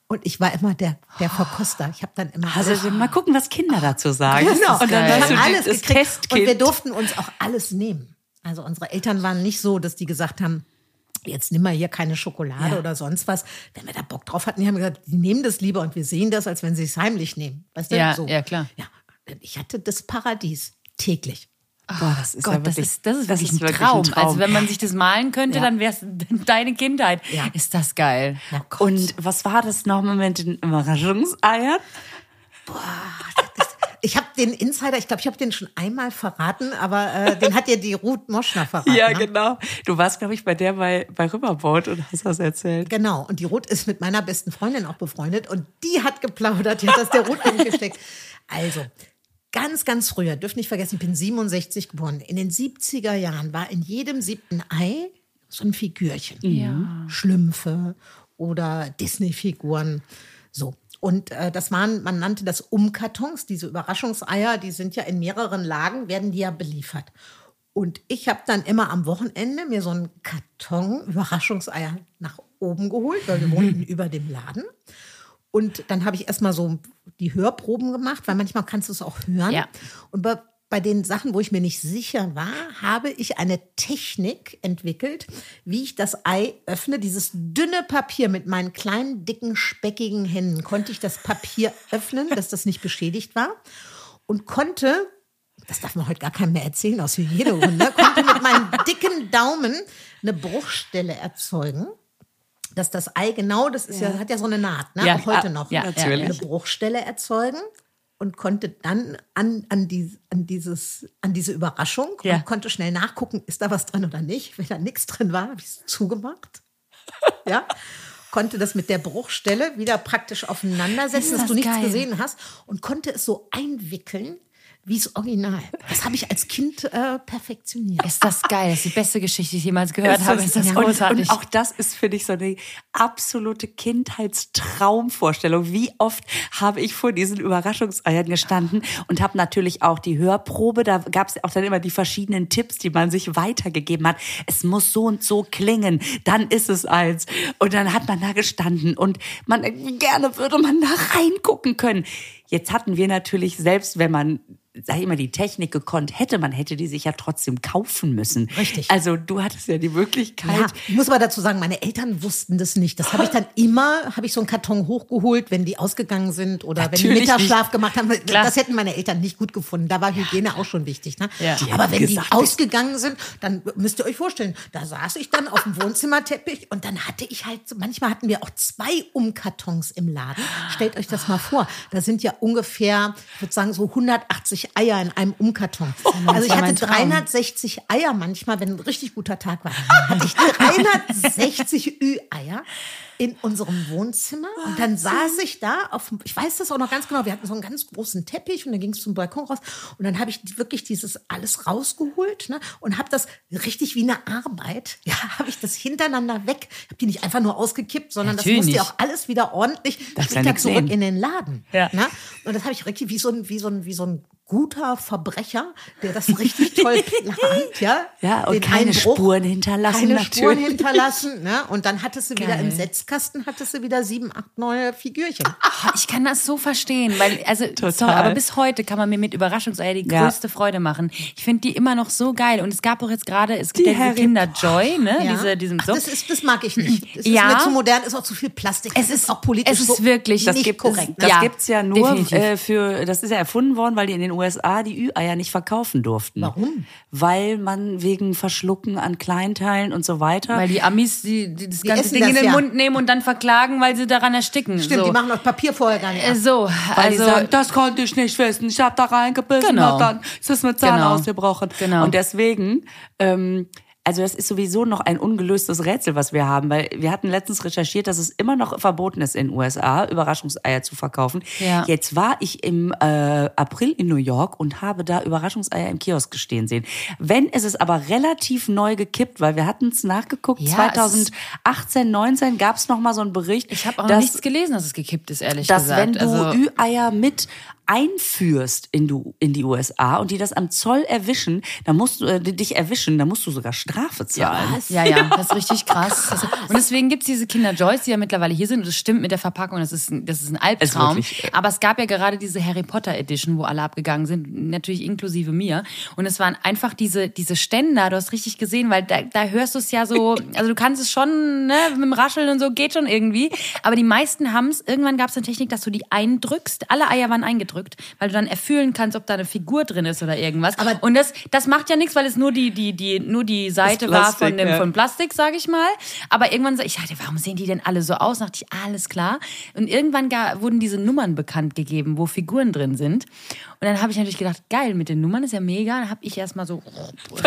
Und ich war immer der, der Verkoster. Ich habe dann immer Also mal gucken, was Kinder dazu sagen. Genau. Und dann geil. warst du Wir haben alles das gekriegt und wir Testkind. durften uns auch alles nehmen. Also unsere Eltern waren nicht so, dass die gesagt haben, jetzt nimm mal hier keine Schokolade Ja. oder sonst was. Wenn wir da Bock drauf hatten, die haben gesagt, die nehmen das lieber und wir sehen das, als wenn sie es heimlich nehmen. Weißt du? Ja, so. ja, klar. Ja. Ich hatte das Paradies täglich. Boah, das ist Gott, ja wirklich, das ist, das ist das wirklich ist ein, wirklich Traum. Also wenn man sich das malen könnte, dann wäre es <laughs> deine Kindheit. Ja. Ist das geil. Oh und was war das nochmal mit den Überraschungseiern? Ich habe den Insider, ich glaube, ich habe den schon einmal verraten, aber äh, den hat ja die Ruth Moschner verraten. Ja, ne? genau. Du warst, glaube ich, bei der bei, bei Riverboat und hast das erzählt. Genau, und die Ruth ist mit meiner besten Freundin auch befreundet und die hat geplaudert, die hat das der Ruth <laughs> gesteckt. Also, ganz, ganz früher, dürft nicht vergessen, ich bin 67 geboren. In den 70er Jahren war in jedem siebten Ei so ein Figürchen. Schlümpfe oder Disney-Figuren. So. Und äh, das waren, man nannte das Umkartons, diese Überraschungseier, die sind ja in mehreren Lagen, werden die ja beliefert. Und ich habe dann immer am Wochenende mir so einen Karton Überraschungseier nach oben geholt, weil wir wohnten über dem Laden. Und dann habe ich erstmal so die Hörproben gemacht, weil manchmal kannst du es auch hören. Ja. Und be bei den Sachen, wo ich mir nicht sicher war, habe ich eine Technik entwickelt, wie ich das Ei öffne. Dieses dünne Papier mit meinen kleinen, dicken, speckigen Händen konnte ich das Papier öffnen, dass das nicht beschädigt war und konnte, das darf man heute gar keinem mehr erzählen aus Hygienegründen, ne, konnte mit meinem dicken Daumen eine Bruchstelle erzeugen. Dass das Ei genau, das ist ja, hat ja so eine Naht, ne? Ja, auch heute ah, noch. ja, eine natürlich. Bruchstelle erzeugen und konnte dann an, an, die, an, dieses, an diese Überraschung Ja. und konnte schnell nachgucken, ist da was drin oder nicht. Wenn da nichts drin war, habe ich es zugemacht. ja. Konnte das mit der Bruchstelle wieder praktisch aufeinandersetzen, dass das du nichts geil. gesehen hast und konnte es so einwickeln wie das Original. Das habe ich als Kind äh, perfektioniert. Ist das geil? Das ist die beste Geschichte, die ich jemals gehört habe. Ist das und, großartig? und auch das ist für dich so eine absolute Kindheitstraumvorstellung. Wie oft habe ich vor diesen Überraschungseiern gestanden und habe natürlich auch die Hörprobe, da gab es auch dann immer die verschiedenen Tipps, die man sich weitergegeben hat. Es muss so und so klingen, dann ist es eins. Und dann hat man da gestanden und man gerne würde man da reingucken können. Jetzt hatten wir natürlich selbst, wenn man sag ich mal, die Technik gekonnt hätte, man hätte die sich ja trotzdem kaufen müssen. Richtig. Also du hattest ja die Möglichkeit. Ja, ich muss aber dazu sagen, meine Eltern wussten das nicht. Das habe ich dann immer, habe ich so einen Karton hochgeholt, wenn die ausgegangen sind oder wenn Natürlich die Mittagsschlaf gemacht haben. Klar. Das hätten meine Eltern nicht gut gefunden. Da war Hygiene auch schon wichtig. Ne? Ja. Die Aber hätten wenn gesagt, die ausgegangen sind, dann müsst ihr euch vorstellen, da saß ich dann auf dem Wohnzimmerteppich und dann hatte ich halt, so- manchmal hatten wir auch zwei Umkartons im Laden. Stellt euch das mal vor. Da sind ja ungefähr, ich würde sagen, so 180 Eier in einem Umkarton. Also ich Oh, war hatte mein Traum. 300 360 Eier manchmal, wenn ein richtig guter Tag war, hatte ich 360 Ü-Eier in unserem Wohnzimmer. Und dann saß ich da auf dem, ich weiß das auch noch ganz genau, wir hatten so einen ganz großen Teppich und dann ging es zum Balkon raus. Und dann habe ich wirklich dieses alles rausgeholt ne, und habe das richtig wie eine Arbeit, <laughs> ja, habe ich das hintereinander weg. Ich habe die nicht einfach nur ausgekippt, sondern das musste Natürlich. ja auch alles wieder ordentlich Darfst ja später nichts zurück nehmen. in den Laden. Ja. Ne? Und das habe ich richtig wie so ein, wie so ein, wie so ein guter Verbrecher, der das <laughs> richtig toll plant, ja. Ja, und Den keine Einbruch, Spuren hinterlassen, Keine Spuren natürlich. hinterlassen, ne? Und dann hattest du wieder Geil. Ah, im Setzkasten, hattest du wieder sieben, acht neue Figürchen. Ich kann das so verstehen, weil also Total. sorry, aber bis heute kann man mir mit Überraschungseier die Ja. größte Freude machen. Ich finde die immer noch so geil und es gab auch jetzt gerade es gibt ja diese Harry Kinder Joy, ne? Ja. Diese diesem Ach, so. das, ist, das mag ich nicht. Das Ja. ist mir zu modern, ist auch zu viel Plastik. Es das ist- auch politisch es ist so wirklich- Das nicht gibt korrekt. es, das Ja, gibt's ja nur definitiv. äh, für das ist ja erfunden worden, weil die in den USA die Ü-Eier nicht verkaufen durften. Warum? Weil man wegen Verschlucken an Kleinteilen und so weiter. weil die Amis die, die das ganze essen Ding in das den ja. Mund nehmen und dann verklagen, weil sie daran ersticken. Stimmt, so. die machen auch Papier vorher gar nicht. Äh, ab. so, Weil die also sagen, das konnte ich nicht wissen. Ich habe da reingebissen Genau. und dann ist es mit Zahn Genau. ausgebrochen. Genau. Und deswegen, ähm, also das ist sowieso noch ein ungelöstes Rätsel, was wir haben, weil wir hatten letztens recherchiert, dass es immer noch verboten ist in den USA, Überraschungseier zu verkaufen. Ja. Jetzt war ich im äh, April in New York und habe da Überraschungseier im Kiosk gestehen sehen. Wenn es ist aber relativ neu gekippt, weil wir hatten es nachgeguckt, Ja, es ist- 2018, 19 gab es nochmal so einen Bericht. ich habe auch dass- nichts gelesen, dass es gekippt ist, ehrlich dass gesagt. wenn du also, Ü-Eier mit einführst in, du, in die USA und die das am Zoll erwischen, dann musst du äh, die dich erwischen, dann musst du sogar Strafe zahlen. Ja, ja, das <laughs> ist richtig krass. Das- Und deswegen gibt's diese Kinder Joys, die ja mittlerweile hier sind. Und das stimmt mit der Verpackung, das ist ein, das ist ein Albtraum. Es ist wirklich, äh, Aber es gab ja gerade diese Harry Potter Edition, wo alle abgegangen sind, natürlich inklusive mir. Und es waren einfach diese, diese Ständer, du hast richtig gesehen, weil da, da hörst du es ja so, also du kannst es schon ne, mit dem Rascheln und so, geht schon irgendwie. Aber die meisten haben's. irgendwann gab's eine Technik, dass du die eindrückst. Alle Eier waren eingedrückt, weil du dann erfüllen kannst, ob da eine Figur drin ist oder irgendwas. Aber- und das, das macht ja nichts, weil es nur die, die, die, nur die Seite war Plastik, von dem, ja. von Plastik, sage ich mal. Aber irgendwann, sa- ich dachte, warum sehen die denn alle so aus? Dachte ich, alles klar. Und irgendwann ga- wurden diese Nummern bekannt gegeben, wo Figuren drin sind. Und dann habe ich natürlich gedacht, geil, mit den Nummern ist ja mega. Dann habe ich <laughs> erstmal so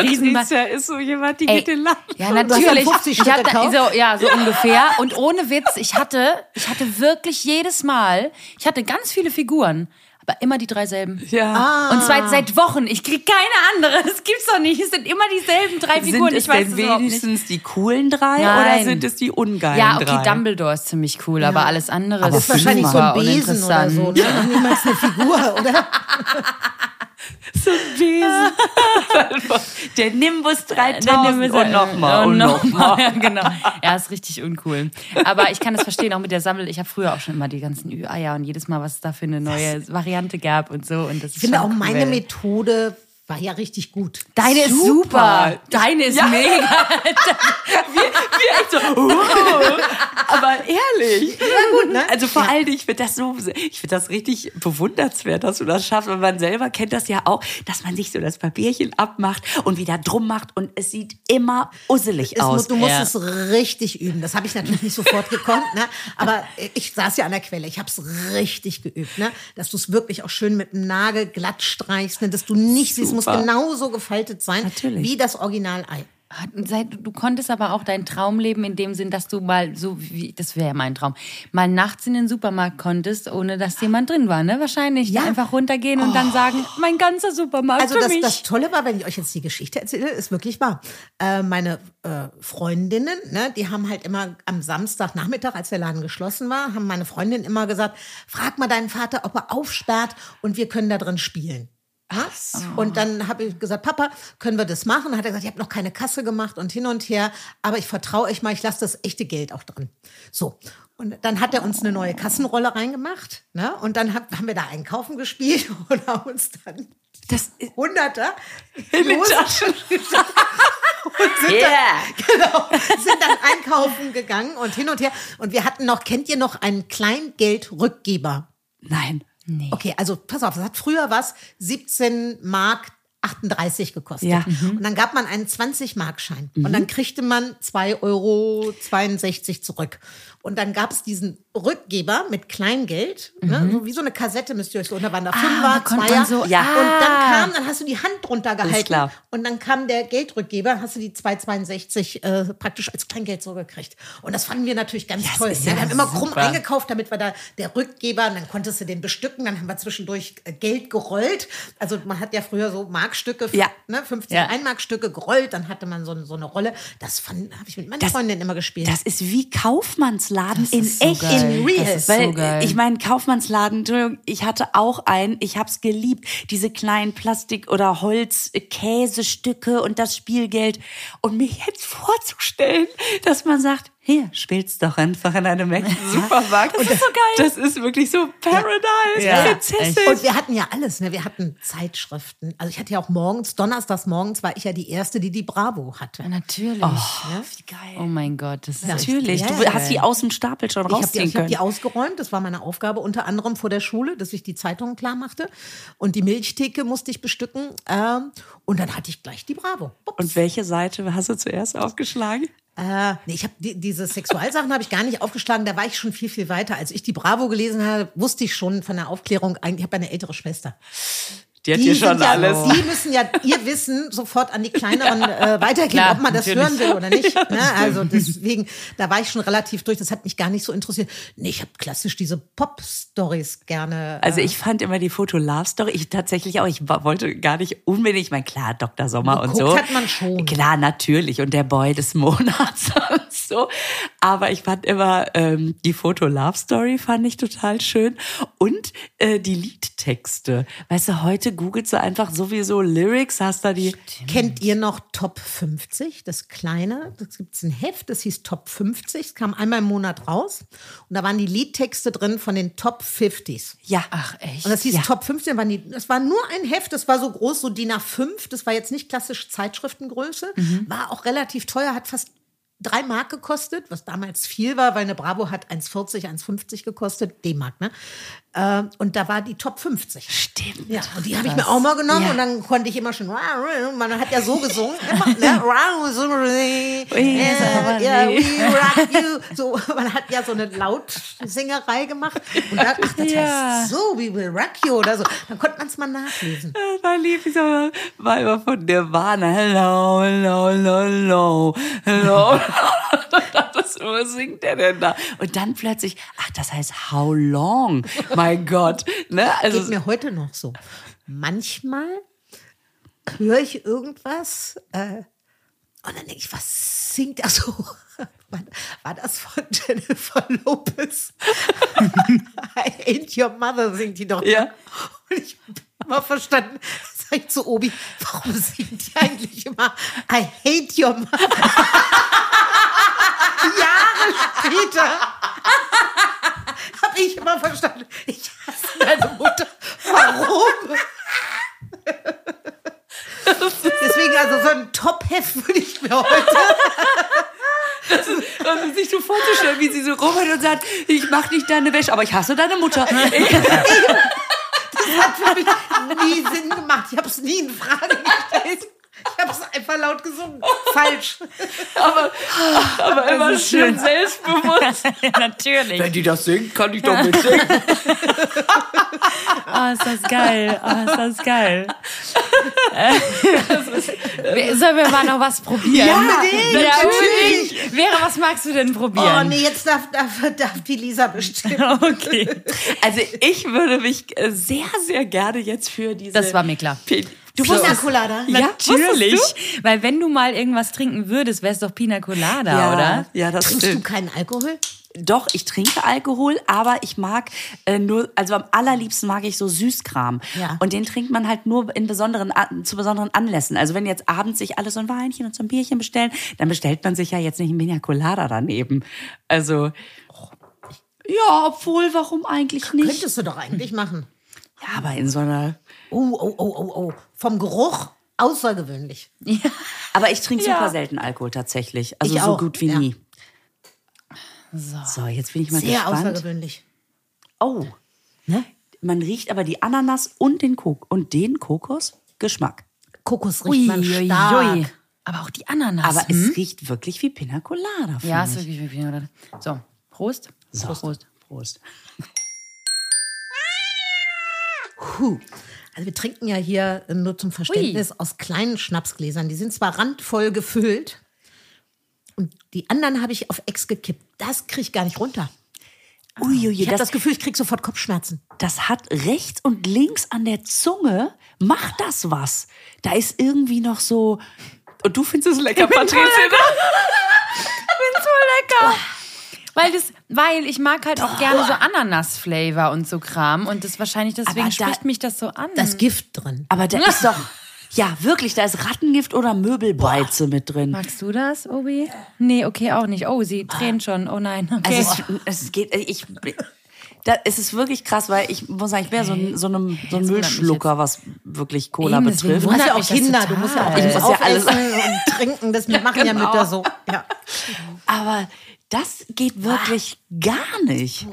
riesen Patricia ist so jemand, die Ey, geht in den Laden. Ja, hast dann natürlich. 50 ich Stück hab da, gekauft? so, ja, so ungefähr. Und ohne Witz, ich hatte, ich hatte wirklich jedes Mal, ich hatte ganz viele Figuren, aber immer die drei selben. Ja. Und zwar seit Wochen. Ich krieg keine andere. <laughs> Das gibt's doch nicht. Es sind immer dieselben drei Figuren. sind es ich weiß denn das überhaupt nicht. wenigstens die coolen drei Nein. oder sind es die ungeilen Ja, okay, drei? Dumbledore ist ziemlich cool, aber alles andere Aber Das ist wahrscheinlich so ein super Besen oder uninteressant. so. <laughs> Ne? Noch Niemals eine Figur, oder? So ein Wesen. <laughs> Der Nimbus 3000 Dann nehmen wir sie- und nochmal und nochmal. <laughs> Ja, genau. Ja, ist richtig uncool. Aber ich kann das verstehen, auch mit der Sammel. Ich habe früher auch schon immer die ganzen Ü-Eier und jedes Mal, was es da für eine neue Variante gab und so. Und das Ich finde auch meine Methode War ja richtig gut. Deine ist super. Deine ist Ja. mega. Wir, wir echt so, wow. aber ehrlich. Ja, gut, ne? Also vor allen Dingen, ich finde das so, ich finde das richtig bewundernswert, dass du das schaffst. Und man selber kennt das ja auch, dass man sich so das Papierchen abmacht und wieder drum macht und es sieht immer usselig Es mu- aus. du musst Ja. es richtig üben. Das habe ich natürlich nicht sofort gekonnt, ne? aber ich saß ja an der Quelle. Ich habe es richtig geübt, ne? dass du es wirklich auch schön mit dem Nagel glatt streichst, ne? dass du nicht siehst. Es muss Super. genauso gefaltet sein Natürlich. wie das Originalei. Seit- Du konntest aber auch dein Traum leben in dem Sinn, dass du mal so wie das wäre ja mein Traum, mal nachts in den Supermarkt konntest, ohne dass jemand drin war, ne? Wahrscheinlich Ja. einfach runtergehen und dann sagen, mein ganzer Supermarkt Also für das, mich. das Tolle war, wenn ich euch jetzt die Geschichte erzähle, ist wirklich wahr. Äh, meine äh, Freundinnen, ne, die haben halt immer am Samstagnachmittag, als der Laden geschlossen war, haben meine Freundinnen immer gesagt, frag mal deinen Vater, ob er aufsperrt und wir können da drin spielen. Ja? Und dann habe ich gesagt, Papa, können wir das machen? Hat er gesagt, ich habe noch keine Kasse gemacht und hin und her, aber ich vertraue euch mal, ich lasse das echte Geld auch drin. So. Und dann hat er uns eine neue Kassenrolle reingemacht, ne? Und dann hab, haben wir da einkaufen gespielt <laughs> und haben uns dann Das ist Hunderter in den los Taschen. und sind, Yeah. dann, <laughs> sind dann einkaufen gegangen und hin und her. Und wir hatten noch, kennt ihr noch einen Kleingeldrückgeber? Nein. Nee. Okay, also pass auf, das hat früher was 17 Mark 38 gekostet. Ja. Mhm. Und dann gab man einen 20-Mark-Schein. Und dann kriegte man 2,62 Euro zurück. Und dann gab es diesen Rückgeber mit Kleingeld, Mhm. ne? so wie so eine Kassette müsst ihr euch so unter waren da Ah, Fünfer, konnte man Zweier. so- Ja. Und Ah. dann kam, dann hast du die Hand drunter gehalten. klar. Und dann kam der Geldrückgeber, dann hast du die 2,62 äh, praktisch als Kleingeld zurückgekriegt. Und das fanden wir natürlich ganz toll. ist ne? ja wir haben immer krumm super. eingekauft gekauft, damit wir da der Rückgeber, und dann konntest du den bestücken, dann haben wir zwischendurch äh, Geld gerollt. Also man hat ja früher so Markstücke, Ja. ne, 50 Ja. Einmarkstücke gerollt, dann hatte man so, so eine Rolle. Das fand- habe ich mit meiner Das- Freundin immer gespielt. Das ist wie Kaufmannsladen in ist so echt. geil. In Das real. ist so Weil geil. ich meine, Kaufmannsladen, Entschuldigung, ich hatte auch einen, ich hab's geliebt. Diese kleinen Plastik- oder Holzkäsestücke und das Spielgeld. Und mir jetzt vorzustellen, dass man sagt, hier, spielst doch einfach in einem echten <laughs> Supermarkt. Das ist so geil. Das ist wirklich so Paradise, Ja, Prinzessin. Und wir hatten ja alles, ne? Wir hatten Zeitschriften. Also ich hatte ja auch morgens, donnerstags morgens war ich ja die erste, die die Bravo hatte. Ja, natürlich. Oh, wie geil. Oh mein Gott, das ist Natürlich, Ja, du ja. hast die aus dem Stapel schon Ich habe die, rausziehen ich hab können. die ausgeräumt, das war meine Aufgabe unter anderem vor der Schule, dass ich die Zeitungen klar machte. Und die Milchtheke musste ich bestücken. Ähm, und dann hatte ich gleich die Bravo. Bups. Und welche Seite hast du zuerst aufgeschlagen? Äh, nee, ich habe die, diese Sexualsachen habe ich gar nicht aufgeschlagen. Da war ich schon viel viel weiter. Als ich die Bravo gelesen habe, wusste ich schon von der Aufklärung. Eigentlich habe ich eine ältere Schwester. Die hat die dir schon sind ja, alles. Die müssen ja ihr Wissen sofort an die kleineren äh, weitergeben, Klar, ob man das natürlich. hören will oder nicht. ne? Also deswegen, da war ich schon relativ durch. Das hat mich gar nicht so interessiert. Nee, ich habe klassisch diese Pop-Stories gerne. Also ich fand immer die Foto Love Story, ich tatsächlich auch, ich wa- wollte gar nicht unbedingt, ich meine, klar, Dr. Sommer und Geguckt so. hat man schon. Klar, natürlich und der Boy des Monats <laughs> und so. Aber ich fand immer ähm, die Foto Love Story fand ich total schön und äh, die Liedtexte. Weißt du, heute googelst du einfach sowieso Lyrics, hast da die Kennt ihr noch Top 50, das kleine? Das gibt's ein Heft, das hieß Top 50. Es kam einmal im Monat raus. Und da waren die Liedtexte drin von den Top 50s. ja, Ach echt. Und das hieß Ja. Top 15, waren die, das war nur ein Heft, das war so groß, so DIN A5, das war jetzt nicht klassische Zeitschriftengröße, war auch relativ teuer, hat fast drei Mark gekostet, was damals viel war, weil eine Bravo hat 1,40, 1,50 gekostet, D-Mark, ne? Äh, Und da war die Top 50. stimmt. Ja, und die habe ich mir auch mal genommen Ja. und dann konnte ich immer schon, man hat ja so gesungen, <laughs> immer, ne? Ui, yeah, äh, we <laughs> rock you. So, man hat ja so eine Lautsingerei gemacht und dann, ach, das Ja. heißt so, we will rock you oder so. Dann konnte man es mal nachlesen. Da lief ich so, war immer von Nirvana. Hello, hello, hello, hello, <laughs> hello. <laughs> Das ist, was singt der denn da? Und dann plötzlich, ach, das heißt How Long? Mein Gott. Ne? Geht Also, mir heute noch so. Manchmal höre ich irgendwas äh, und dann denke ich, was singt er so? <laughs> War, war das von <laughs> Jennifer Lopez? <laughs> I ain't your mother singt die doch. ne? Ja. Und ich habe immer verstanden, sag ich zu Obi, warum singt die eigentlich immer I hate your mother? <laughs> Jahre später habe ich immer verstanden, ich hasse deine Mutter. Warum? also Chef würde ich mir heute. Und sich so vorzustellen, wie sie so rumhört und sagt, ich mach nicht deine Wäsche, aber ich hasse deine Mutter. Das hat für mich nie Sinn gemacht. Ich habe es nie in Frage gestellt. Ich habe es einfach laut gesungen. Falsch. aber aber immer ist schön schön. selbstbewusst. Natürlich. die das singt, kann ich doch mit singen. Oh, ist das geil. Oh, ist das geil. Äh, Sollen wir mal noch was probieren? Ja, unbedingt, natürlich. Wäre, was magst du denn Ah, Oh probieren? nee, jetzt darf, darf, darf die Lisa bestimmen. Okay. Also ich würde mich äh, sehr, sehr gerne jetzt für diese... Das war mir klar. Pe- Du Pina Colada. Ja, Natürlich. wusstest Weil wenn du mal irgendwas trinken würdest, wär's doch Pina Colada, ja, oder? Ja, das Trinkst du stimmt. keinen Alkohol? Doch, ich trinke Alkohol, aber ich mag äh, nur, also am allerliebsten mag ich so Süßkram. Ja. Und den trinkt man halt nur in besonderen, An- zu besonderen Anlässen. Also wenn jetzt abends sich alle so ein Weinchen und so ein Bierchen bestellen, dann bestellt man sich ja jetzt nicht ein Pina Colada daneben. Also, ja, obwohl, warum eigentlich nicht? Könntest du doch eigentlich machen. Ja, aber in so einer Oh, oh, oh, oh, oh. Vom Geruch außergewöhnlich. Aber ich trinke Ja. super selten Alkohol tatsächlich. Also Ich so auch, gut wie ja. nie. So, jetzt bin ich mal Sehr gespannt. außergewöhnlich. Oh, Ne? man riecht aber die Ananas und den Kok und den Kokosgeschmack. Kokos riecht man Uiuiui. stark. Aber auch die Ananas. Aber hm? es riecht wirklich wie Pina Colada. ja, Ja, ist ich. wirklich wie Pina Colada. So, Prost. So. Prost. Prost. Prost. Puh. Also wir trinken ja hier äh, nur zum Verständnis aus kleinen Schnapsgläsern. Die sind zwar randvoll gefüllt und die anderen habe ich auf Ex gekippt. Das kriege ich gar nicht runter. Uiuiui, Ich habe das, Hm. das das, Gefühl, ich kriege sofort Kopfschmerzen. hat rechts und links an der Zunge, macht das was. Da ist irgendwie noch so... Und du findest es lecker, Patricia. bin so lecker. Weil, das, weil ich mag halt auch gerne so Ananas-Flavor und so Kram. Und das wahrscheinlich deswegen da- spricht mich das so an. Da ist Gift drin. Aber da ist doch... Ja, wirklich, da ist Rattengift oder Möbelbeize mit drin. Magst du das, Obi? Nee, okay, auch nicht. Oh, sie tränen schon. Oh nein. Okay. Also es, es geht, ich, da, es ist wirklich krass, weil ich muss sagen, ich bin ja so ein, so ein, so ein wundert mich Müllschlucker, was wirklich Cola Eben, deswegen betrifft. Du hast Wundert ja auch mich das Kinder, total. du musst ja auch Ich alles muss ja alles- aufessen und trinken. Das machen ja Mütter so. Ja. Aber das geht wirklich Ah. gar nicht.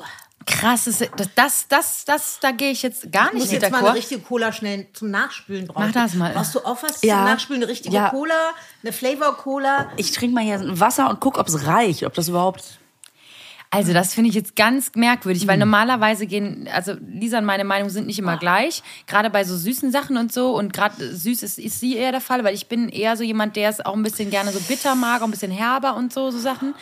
krass. Das, das, das, das, da gehe ich jetzt gar Ich muss nicht mit jetzt mal eine d'accord. richtige Cola schnell zum Nachspülen brauchen. Mach das mal. Brauchst du auch was Ja. zum Nachspülen? Eine richtige Ja. Cola, eine Flavor-Cola? Ich trinke mal hier ein Wasser und guck, ob es reicht, ob das überhaupt. Also, das finde ich jetzt ganz merkwürdig, weil normalerweise gehen, also Lisa und meine Meinung sind nicht immer gleich. Gerade bei so süßen Sachen und so. Und gerade süß ist, ist sie eher der Fall, weil ich bin eher so jemand, der es auch ein bisschen gerne so bitter mag, auch ein bisschen herber und so, so Sachen.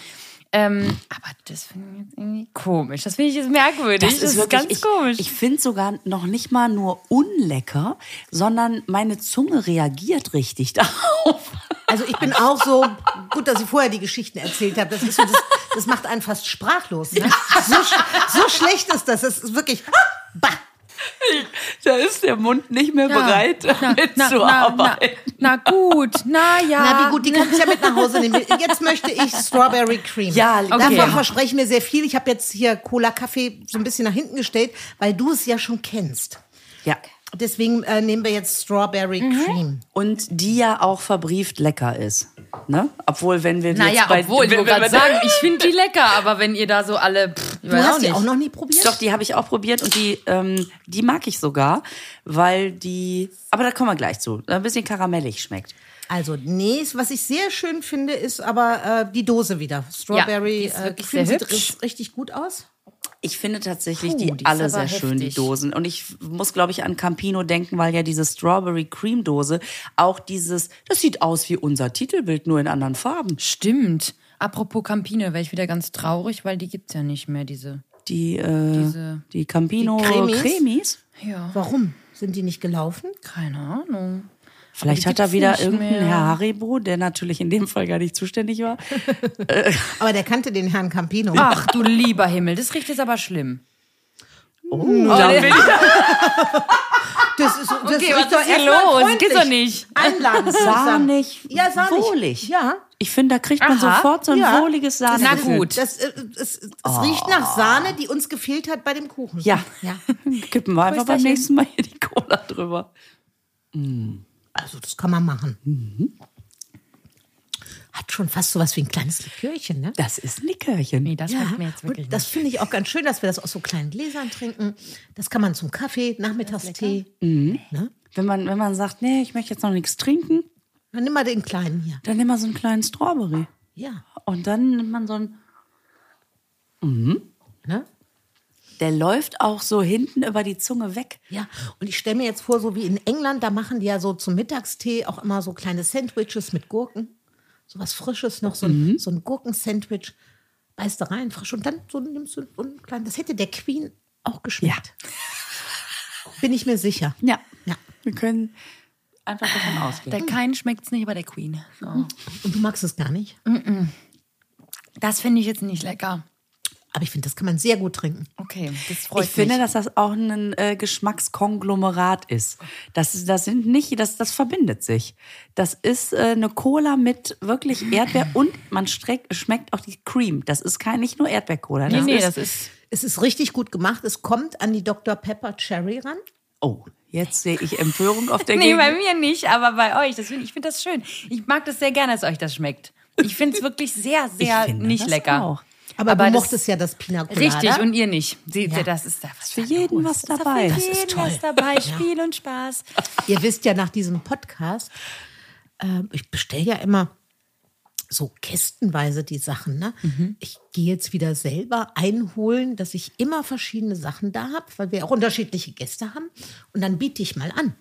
Ähm, aber das finde ich jetzt irgendwie komisch. Das finde ich jetzt merkwürdig. Das, ist, ganz ich, komisch. Ich finde sogar noch nicht mal nur unlecker, sondern meine Zunge reagiert richtig <laughs> darauf. Also ich bin auch so, gut, dass ich vorher die Geschichten erzählt habe. Das, ist so, das, das macht einen fast sprachlos. Ne? So, sch- so schlecht ist das. Das ist wirklich... Bah. Da ist der Mund nicht mehr bereit, na, mitzuarbeiten. na gut, na ja. Na wie gut, die kann ich ja mit nach Hause nehmen. Jetzt möchte ich Strawberry Cream. Ja, okay. Davon Ja. verspreche ich mir sehr viel. Ich habe jetzt hier Cola Kaffee so ein bisschen nach hinten gestellt, weil du es ja schon kennst. Ja. Deswegen äh, nehmen wir jetzt Strawberry Mhm. Cream. Und die ja auch verbrieft lecker ist. Ne? Obwohl, wenn wir Naja, jetzt bei... obwohl, ich wenn, wollte wenn gerade wir- sagen, ich finde die lecker, aber wenn ihr da so alle. Pff, ich Du weiß hast die nicht. auch noch nie probiert? Doch, die habe ich auch probiert und die, ähm, die mag ich sogar, weil die... Aber da kommen wir gleich zu. Ein bisschen karamellig schmeckt. Also, nee, was ich sehr schön finde, ist aber äh, die Dose wieder. Strawberry die ist äh, wirklich Cream sehr sieht hübsch. ri- richtig gut aus. Ich finde tatsächlich die, Puh, die ist alle aber sehr schön, die heftig. Dosen. Und ich muss, glaube ich, an Campino denken, weil ja diese Strawberry Cream Dose auch dieses... Das sieht aus wie unser Titelbild, nur in anderen Farben. Stimmt. Apropos Campino, wäre ich wieder ganz traurig, weil die gibt's ja nicht mehr, diese. Die, äh, Diese- die Campino die Cremis. Cremis? Ja, Warum? Sind die nicht gelaufen? keine Ahnung. Vielleicht die hat da gibt's wieder nicht irgendein mehr. Herr Haribo, der natürlich in dem Fall gar nicht zuständig <laughs> war. Aber der kannte den Herrn Campino. Ach du lieber Himmel, das riecht jetzt aber schlimm. Oh, Da bin ich- Das ist, das Okay, was riecht doch ist hier erstmal los? freundlich. Geht's doch nicht. Anlagen Sahnig, Ja, sahnig. wohlig. Ja. Ich finde, da kriegt man Aha, sofort so ein ja. wohliges Sahne. Na gut. Das, äh, es es riecht nach Sahne, die uns gefehlt hat bei dem Kuchen. Ja. ja. <laughs> Kippen wir einfach beim Prösterchen. nächsten Mal hier die Cola drüber. Mhm. Also, das kann man machen. schmeckt schon fast so was wie ein kleines Likörchen, ne? Das ist ein Likörchen. Nee, das schmeckt mir jetzt wirklich und das finde ich auch ganz schön, dass wir das aus so kleinen Gläsern trinken. Das kann man zum Kaffee, Nachmittagstee. Mhm. Wenn man, wenn man sagt, nee, ich möchte jetzt noch nichts trinken, Dann nimm mal den kleinen hier. dann nimm mal so einen kleinen Strawberry. Ja. Und dann nimmt man so einen. Ne? Der läuft auch so hinten über die Zunge weg. Ja, und ich stelle mir jetzt vor, so wie in England, da machen die ja so zum Mittagstee auch immer so kleine Sandwiches mit Gurken. So was Frisches noch, so Mhm. ein, so ein Gurkensandwich. Beißt da rein, frisch. Und dann so nimmst du so einen kleinen. Das hätte der Queen auch geschmeckt. Bin ich mir sicher. Ja. Ja. Wir können einfach davon ausgehen. Der Kein schmeckt's nicht, aber der Queen. So. Und du magst es gar nicht. Das finde ich jetzt nicht lecker. Aber ich finde, das kann man sehr gut trinken. Okay, das freut Ich finde, mich. dass das auch ein äh, Geschmackskonglomerat ist. Das, das sind nicht, das, das verbindet sich. Das ist äh, eine Cola mit wirklich Erdbeer und man streck, schmeckt auch die Cream. Das ist kein, nicht nur Erdbeercola. ne? Nee, Das nee, ist, das ist. Es ist richtig gut gemacht. Es kommt an die Dr. Pepper Cherry ran. oh, jetzt sehe ich Empörung auf der Nee, Gegend. bei mir nicht, aber bei euch. Das find, ich finde das schön. Ich mag das sehr gerne, dass euch das schmeckt. Ich finde es wirklich sehr, sehr finde nicht das lecker. auch. Aber, du das- mochtest ja das Pina Colada. Richtig, und ihr nicht. Seht ihr, Ja. das ist da was Für jeden was dabei. Das ist toll. Was dabei. Spiel und Spaß. Ihr wisst ja nach diesem Podcast, ähm, ich bestelle ja immer so kistenweise die Sachen. Ne? Mhm. Ich gehe jetzt wieder selber einholen, dass ich immer verschiedene Sachen da habe, weil wir auch unterschiedliche Gäste haben. Und dann biete ich mal an.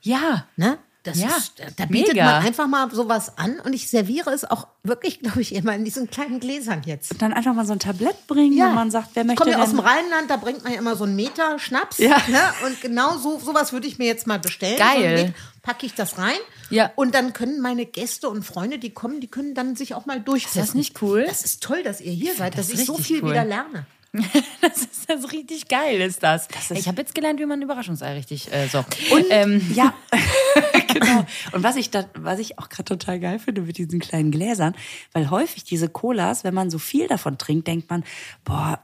Ja. <laughs> Ne? Das Ja, ist, da bietet mega. man einfach mal sowas an und ich serviere es auch wirklich, <laughs> glaube ich, immer in diesen kleinen Gläsern jetzt. Dann einfach mal so ein Tablett bringen, wo man sagt, wer Ich möchte komme ja aus denn- dem Rheinland, da bringt man ja immer so einen Meter Schnaps. Ja. Ne? Und genau so sowas würde ich mir jetzt mal bestellen. Geil. So einen Met- Packe ich das rein. Ja. Und dann können meine Gäste und Freunde, die kommen, die können dann sich auch mal durchsetzen. das nicht cool? Das ist toll, dass ihr hier seid, das dass ich so richtig viel cool. wieder lerne. Das ist das ist richtig geil, ist das. ist- ich habe jetzt gelernt, wie man ein Überraschungsei richtig äh, so. Und ähm, <laughs> ja, genau. Und was ich, da, was ich auch gerade total geil finde mit diesen kleinen Gläsern, weil häufig diese Colas, wenn man so viel davon trinkt, denkt man, boah,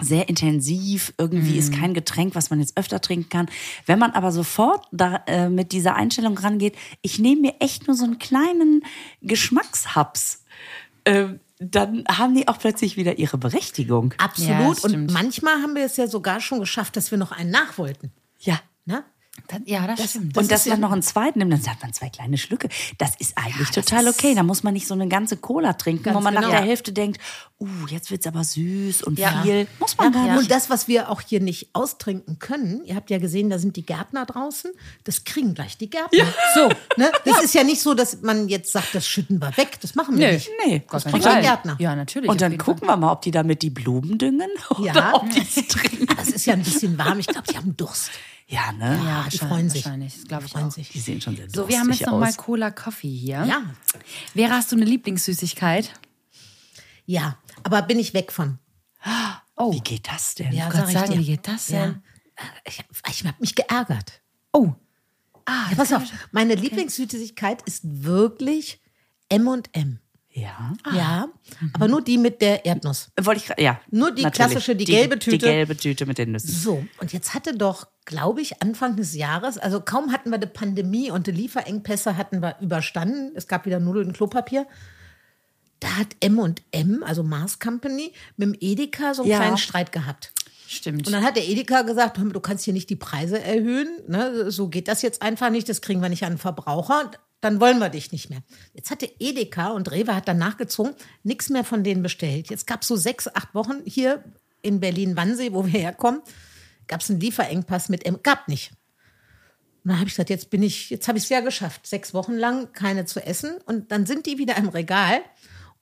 sehr intensiv, irgendwie ist kein Getränk, was man jetzt öfter trinken kann. Wenn man aber sofort da, äh, mit dieser Einstellung rangeht, ich nehme mir echt nur so einen kleinen Geschmackshaps, ähm, dann haben die auch plötzlich wieder ihre Berechtigung. Ja, Absolut. das und stimmt. manchmal haben wir es ja sogar schon geschafft, dass wir noch einen nachwollten. Ja. Ne? das, ja, das, Oh stimmt. und dass ist ja- man noch einen zweiten nimmt, dann hat man zwei kleine Schlücke. Das ist eigentlich total okay. Da muss man nicht so eine ganze Cola trinken, wo Ganz man nach genau. der Ja. Hälfte denkt, uh, jetzt wird's aber süß und Ja. viel. Muss man gar Und nicht. das, was wir auch hier nicht austrinken können, ihr habt ja gesehen, da sind die Gärtner draußen, das kriegen gleich die Gärtner. So, ne? Das ist ja nicht so, dass man jetzt sagt, das schütten wir weg, das machen wir nicht. Nee. Gott, bringt nein. ein Gärtner. Ja, natürlich. Und auf dann jeden gucken wir mal, ob die damit die Blumen düngen <laughs> oder Ja. ob die es trinken. Ah, Das ist ja ein bisschen warm, ich glaube, die haben Durst. Ja, Fall. ne? Ja, Ah, die wahrscheinlich, freuen sich. Wahrscheinlich, das glaube ich Freuen auch. sich. Die sehen schon sehr So, wir haben jetzt durstig nochmal aus. Cola Coffee hier. Ja. Vera, hast du eine Lieblingssüßigkeit? Ja, aber bin ich weg von. Wie geht das denn? Ja, Oh Gott sag ich sagen, dir. wie geht das Ja. Äh, denn? Ich, ich habe mich geärgert. Oh, ja, pass auf, meine Lieblingssüßigkeit ist wirklich M&M. Ja. Ja, aber nur die mit der Erdnuss. Wollte ich gra- ja. Nur die klassische, die gelbe Tüte. Die gelbe Tüte mit den Nüssen. So, und jetzt hatte doch, glaube ich, Anfang des Jahres, also kaum hatten wir die Pandemie und die Lieferengpässe hatten wir überstanden. Es gab wieder Nudeln und Klopapier. Da hat M&M, also Mars Company, mit dem Edeka so einen Ja. kleinen Streit gehabt. stimmt. Und dann hat der Edeka gesagt, hör mal, du kannst hier nicht die Preise erhöhen. Ne? So geht das jetzt einfach nicht. Das kriegen wir nicht an den Verbraucher. Dann wollen wir dich nicht mehr. Jetzt hatte Edeka und Rewe hat dann nachgezogen, nichts mehr von denen bestellt. Jetzt gab es so sechs, acht Wochen hier in Berlin-Wannsee, wo wir herkommen, gab es einen Lieferengpass mit M. Gab nicht. Und dann habe ich gesagt, jetzt bin ich, jetzt habe ich es ja geschafft. Sechs Wochen lang keine zu essen. Und dann sind die wieder im Regal.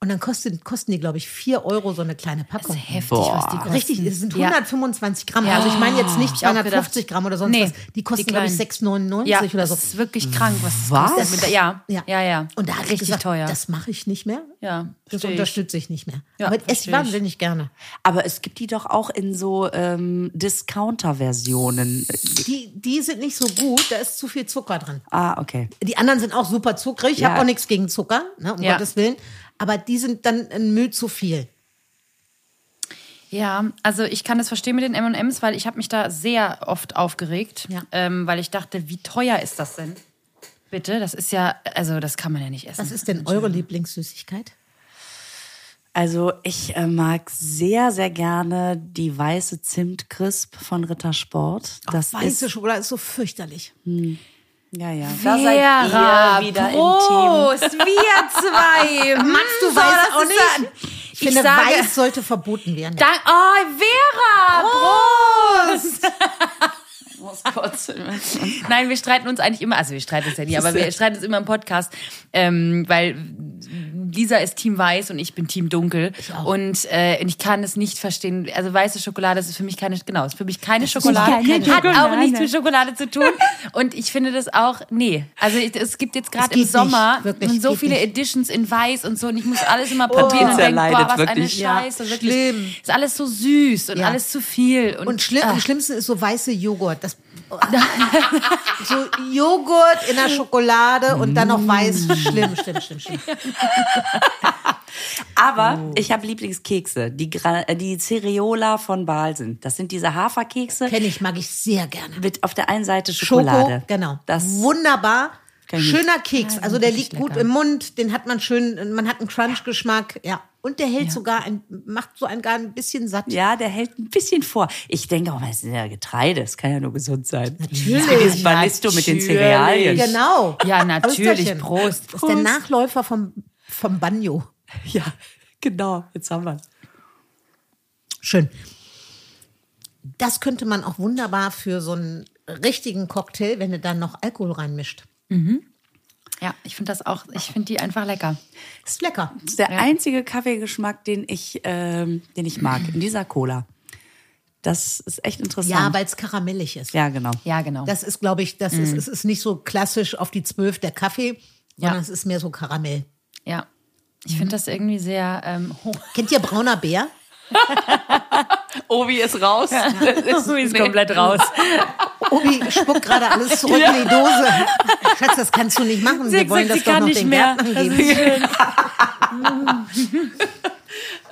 Und dann kosten, kosten die, glaube ich, vier Euro so eine kleine Packung. Heftig, Boah. was die kosten. Richtig, es sind Ja. 125 Gramm. Also ich meine jetzt nicht Ich hab auch 250 gedacht. Gramm oder sonst Nee, was. Die kosten, die glaube Also ich, kleinen. 6,99 Ja, oder so. das ist wirklich krank, was das Was? kostet. Mit der, ja, ja, ja, ja. Und da hat richtig ich gesagt, teuer. das mache ich nicht mehr. ja, Das versteh ich. unterstütze ich nicht mehr. Ja, Aber ich esse versteh ich. wahnsinnig gerne. Aber es gibt die doch auch in so ähm, Discounter-Versionen. Äh, Die, die sind nicht so gut, da ist zu viel Zucker drin. Ah, okay. Die anderen sind auch super zuckrig. Ich Ja. habe auch nichts gegen Zucker, ne, um Ja. Gottes Willen. Aber die sind dann ein Müll zu viel. Ja, also ich kann das verstehen mit den M&Ms, weil ich habe mich da sehr oft aufgeregt, Ja. ähm, weil ich dachte, wie teuer ist das denn? Bitte, das ist ja, also das kann man ja nicht essen. Was ist denn eure Lieblingssüßigkeit? Also ich äh, mag sehr, sehr gerne die weiße Zimtcrisp von Rittersport. Das Weiße Schokolade ist so fürchterlich. ist, ja, ja. Da Vera, seid ihr wieder im Team. Prost, wir <laughs> zwei. Hm? Magst du weiß auch nicht? Ich, Ich, finde, sage, Weiß sollte verboten werden. Dank, oh, Vera, Prost. <laughs> Ich muss kotzen. Nein, wir streiten uns eigentlich immer, also wir streiten uns ja nie, aber wir streiten uns immer im Podcast, ähm, weil Lisa ist Team Weiß und ich bin Team Dunkel. Und, äh, und ich kann es nicht verstehen. Also weiße Schokolade ist für mich keine, genau, ist für mich keine Schokolade. keine hat auch Schokolade. nichts mit Schokolade zu tun. Und ich finde das auch, nee. Also ich, es gibt jetzt gerade geht im nicht, Sommer wirklich, und so geht viele nicht. Editions in Weiß und so und ich muss alles immer probieren Pizza und denken, boah, leidet was eine wirklich. Ja, Scheiße. wirklich, schlimm. Ist alles so süß und Ja. alles zu viel. Und, Und schlimm, am ach, schlimmsten ist so weiße Joghurt. <laughs> Das, so Joghurt in der Schokolade und dann noch weiß. Mm. Schlimm, schlimm, schlimm, <laughs> schlimm. Aber Oh. ich habe Lieblingskekse, die, Gra äh, die Cereola von Balsen. Das sind diese Haferkekse Kenne ich, mag ich sehr gerne. mit auf der einen Seite Schoko, Schokolade. genau. Das Wunderbar. Kann ich Schöner Keks, also der liegt richtig gut lecker. im Mund, den hat man schön, man hat einen Crunch-Geschmack, ja. Und der hält sogar, ein, macht so einen gar ein bisschen satt. ja, der hält ein bisschen vor. Ich denke auch, weil es ist ja Getreide, es kann ja nur gesund sein. Natürlich. Dieses Ballisto mit den Natürlich. Cerealien. Genau. Ja, natürlich, Prösterchen. Prost. Das ist der Nachläufer vom, vom Banjo. Ja, genau. Jetzt haben wir Schön. Das könnte man auch wunderbar für so einen richtigen Cocktail, wenn du dann noch Alkohol reinmischt. Ja, ich finde das auch, ich finde die einfach lecker. Ist lecker. Das ist der einzige Kaffeegeschmack, den ich, ähm, den ich mag, in dieser Cola. Das ist echt Ja, interessant. weil es karamellig ist. Ja, Mhm. genau. Ja, genau. Das ist, glaube ich, das ist, es ist nicht so klassisch auf die zwölf der Kaffee, sondern es ist mehr so Karamell. ja. Ich finde das irgendwie sehr. Ähm, hoch. Kennt ihr brauner Bär? <laughs> Obi ist raus. <laughs> ist, ist komplett raus. Obi spuckt gerade alles zurück in die Dose. Schatz, das kannst du nicht machen. Wir Sechs, wollen das sechs, sie doch kann noch nicht den mehr. Gärtnern <laughs> geben.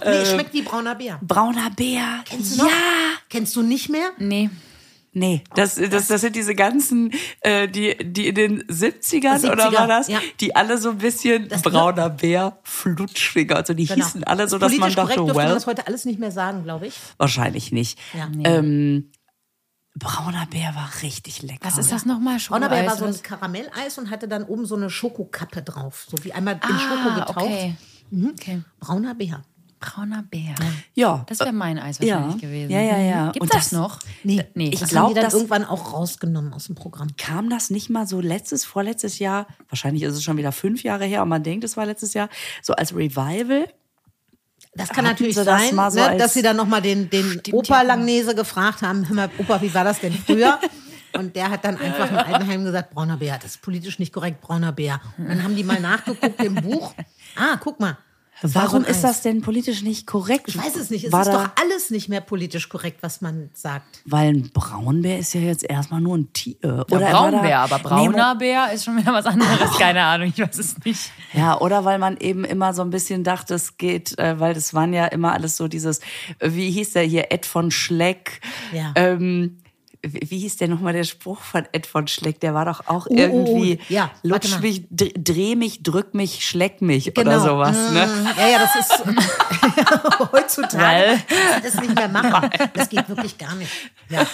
Also, Nee, schmeckt wie brauner Bär. Brauner Bär. Kennst du noch? Kennst du nicht mehr? Nee. Nee, das, das, das sind diese ganzen, äh, die, die in den 70ern 70er, oder war das, ja. die alle so ein bisschen brauner Bär, Flutschfinger, also die Genau. hießen alle so, dass man Politisch dachte, korrekt dürfte man well, das heute alles nicht mehr sagen, glaube ich. wahrscheinlich nicht. Ja. Ähm, brauner Bär war richtig lecker. Was ist das nochmal? Braunerbeer war so Schokoeis ein Karamelleis und hatte dann oben so eine Schokokappe drauf. So wie einmal in oder- Schoko ah, getaucht. okay. okay. Brauner Bär. Brauner Bär. Ja. Das wäre mein Eis wahrscheinlich Ja. gewesen. Ja, ja, ja. Gibt Und das, das- noch? Äh, Nee, nee. Äh, Ich das glaub, haben die dann das- irgendwann auch rausgenommen aus dem Programm. kam das nicht mal so letztes, vorletztes Jahr, wahrscheinlich ist es schon wieder fünf Jahre her, und man denkt, es war letztes Jahr, so als Revival. Das kann Hatten natürlich sie das sein, mal so ne, als- dass sie dann nochmal den, den Opa-Langnese gefragt haben, hör mal, Opa, wie war das denn früher? <laughs> Und der hat dann einfach im Altenheim gesagt, brauner Bär, das ist politisch nicht korrekt, brauner Bär. Und dann haben die mal nachgeguckt im Buch. Ah, guck mal. das war Warum so ein ist Eis. das denn politisch nicht korrekt? Ich weiß es nicht. Es War ist da, doch alles nicht mehr politisch korrekt, was man sagt. Weil ein Braunbär ist ja jetzt erstmal nur ein Tier. Oder Ja, war Braunbär, da- aber brauner Bär ist schon wieder was anderes. Keine Ahnung, ich weiß es nicht. Nee, ja, oder weil man eben immer so ein bisschen dachte, es geht, äh, weil das waren ja immer alles so dieses, äh, wie hieß der hier, Ed von Schleck. Ja. Ähm, wie wie hieß der nochmal der Spruch von Ed von Schleck? Der war doch auch oh, irgendwie oh, ja, warte lutsch mal. mich, dr- dreh mich, drück mich, schleck mich Genau. oder sowas. Ne? Mm, Ja, ja, das <laughs> ist heutzutage kannst du das nicht mehr machen. Das geht wirklich gar nicht. Ja.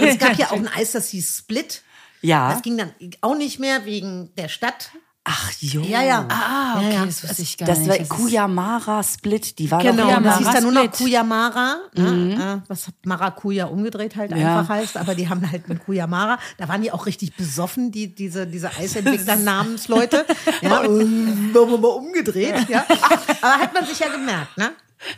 Es gab ja auch ein Eis, das hieß Split. Ja. Das ging dann auch nicht mehr wegen der Stadt. Ach jo. Ja, ja. Ah, okay, Ja, ja. das wusste ich gar Das nicht. war ist- Kuyamara Split, die war Genau, doch und <laughs> das hieß dann nur noch Split. Kuyamara, ne? Äh, was hat Maracuja umgedreht halt einfach heißt, aber die haben halt einen Kuyamara. Da waren die auch richtig besoffen, die, diese, diese Eisentwickler-Namensleute. Ja, äh, haben wir mal umgedreht, ja. Aber hat man sich ja gemerkt, ne?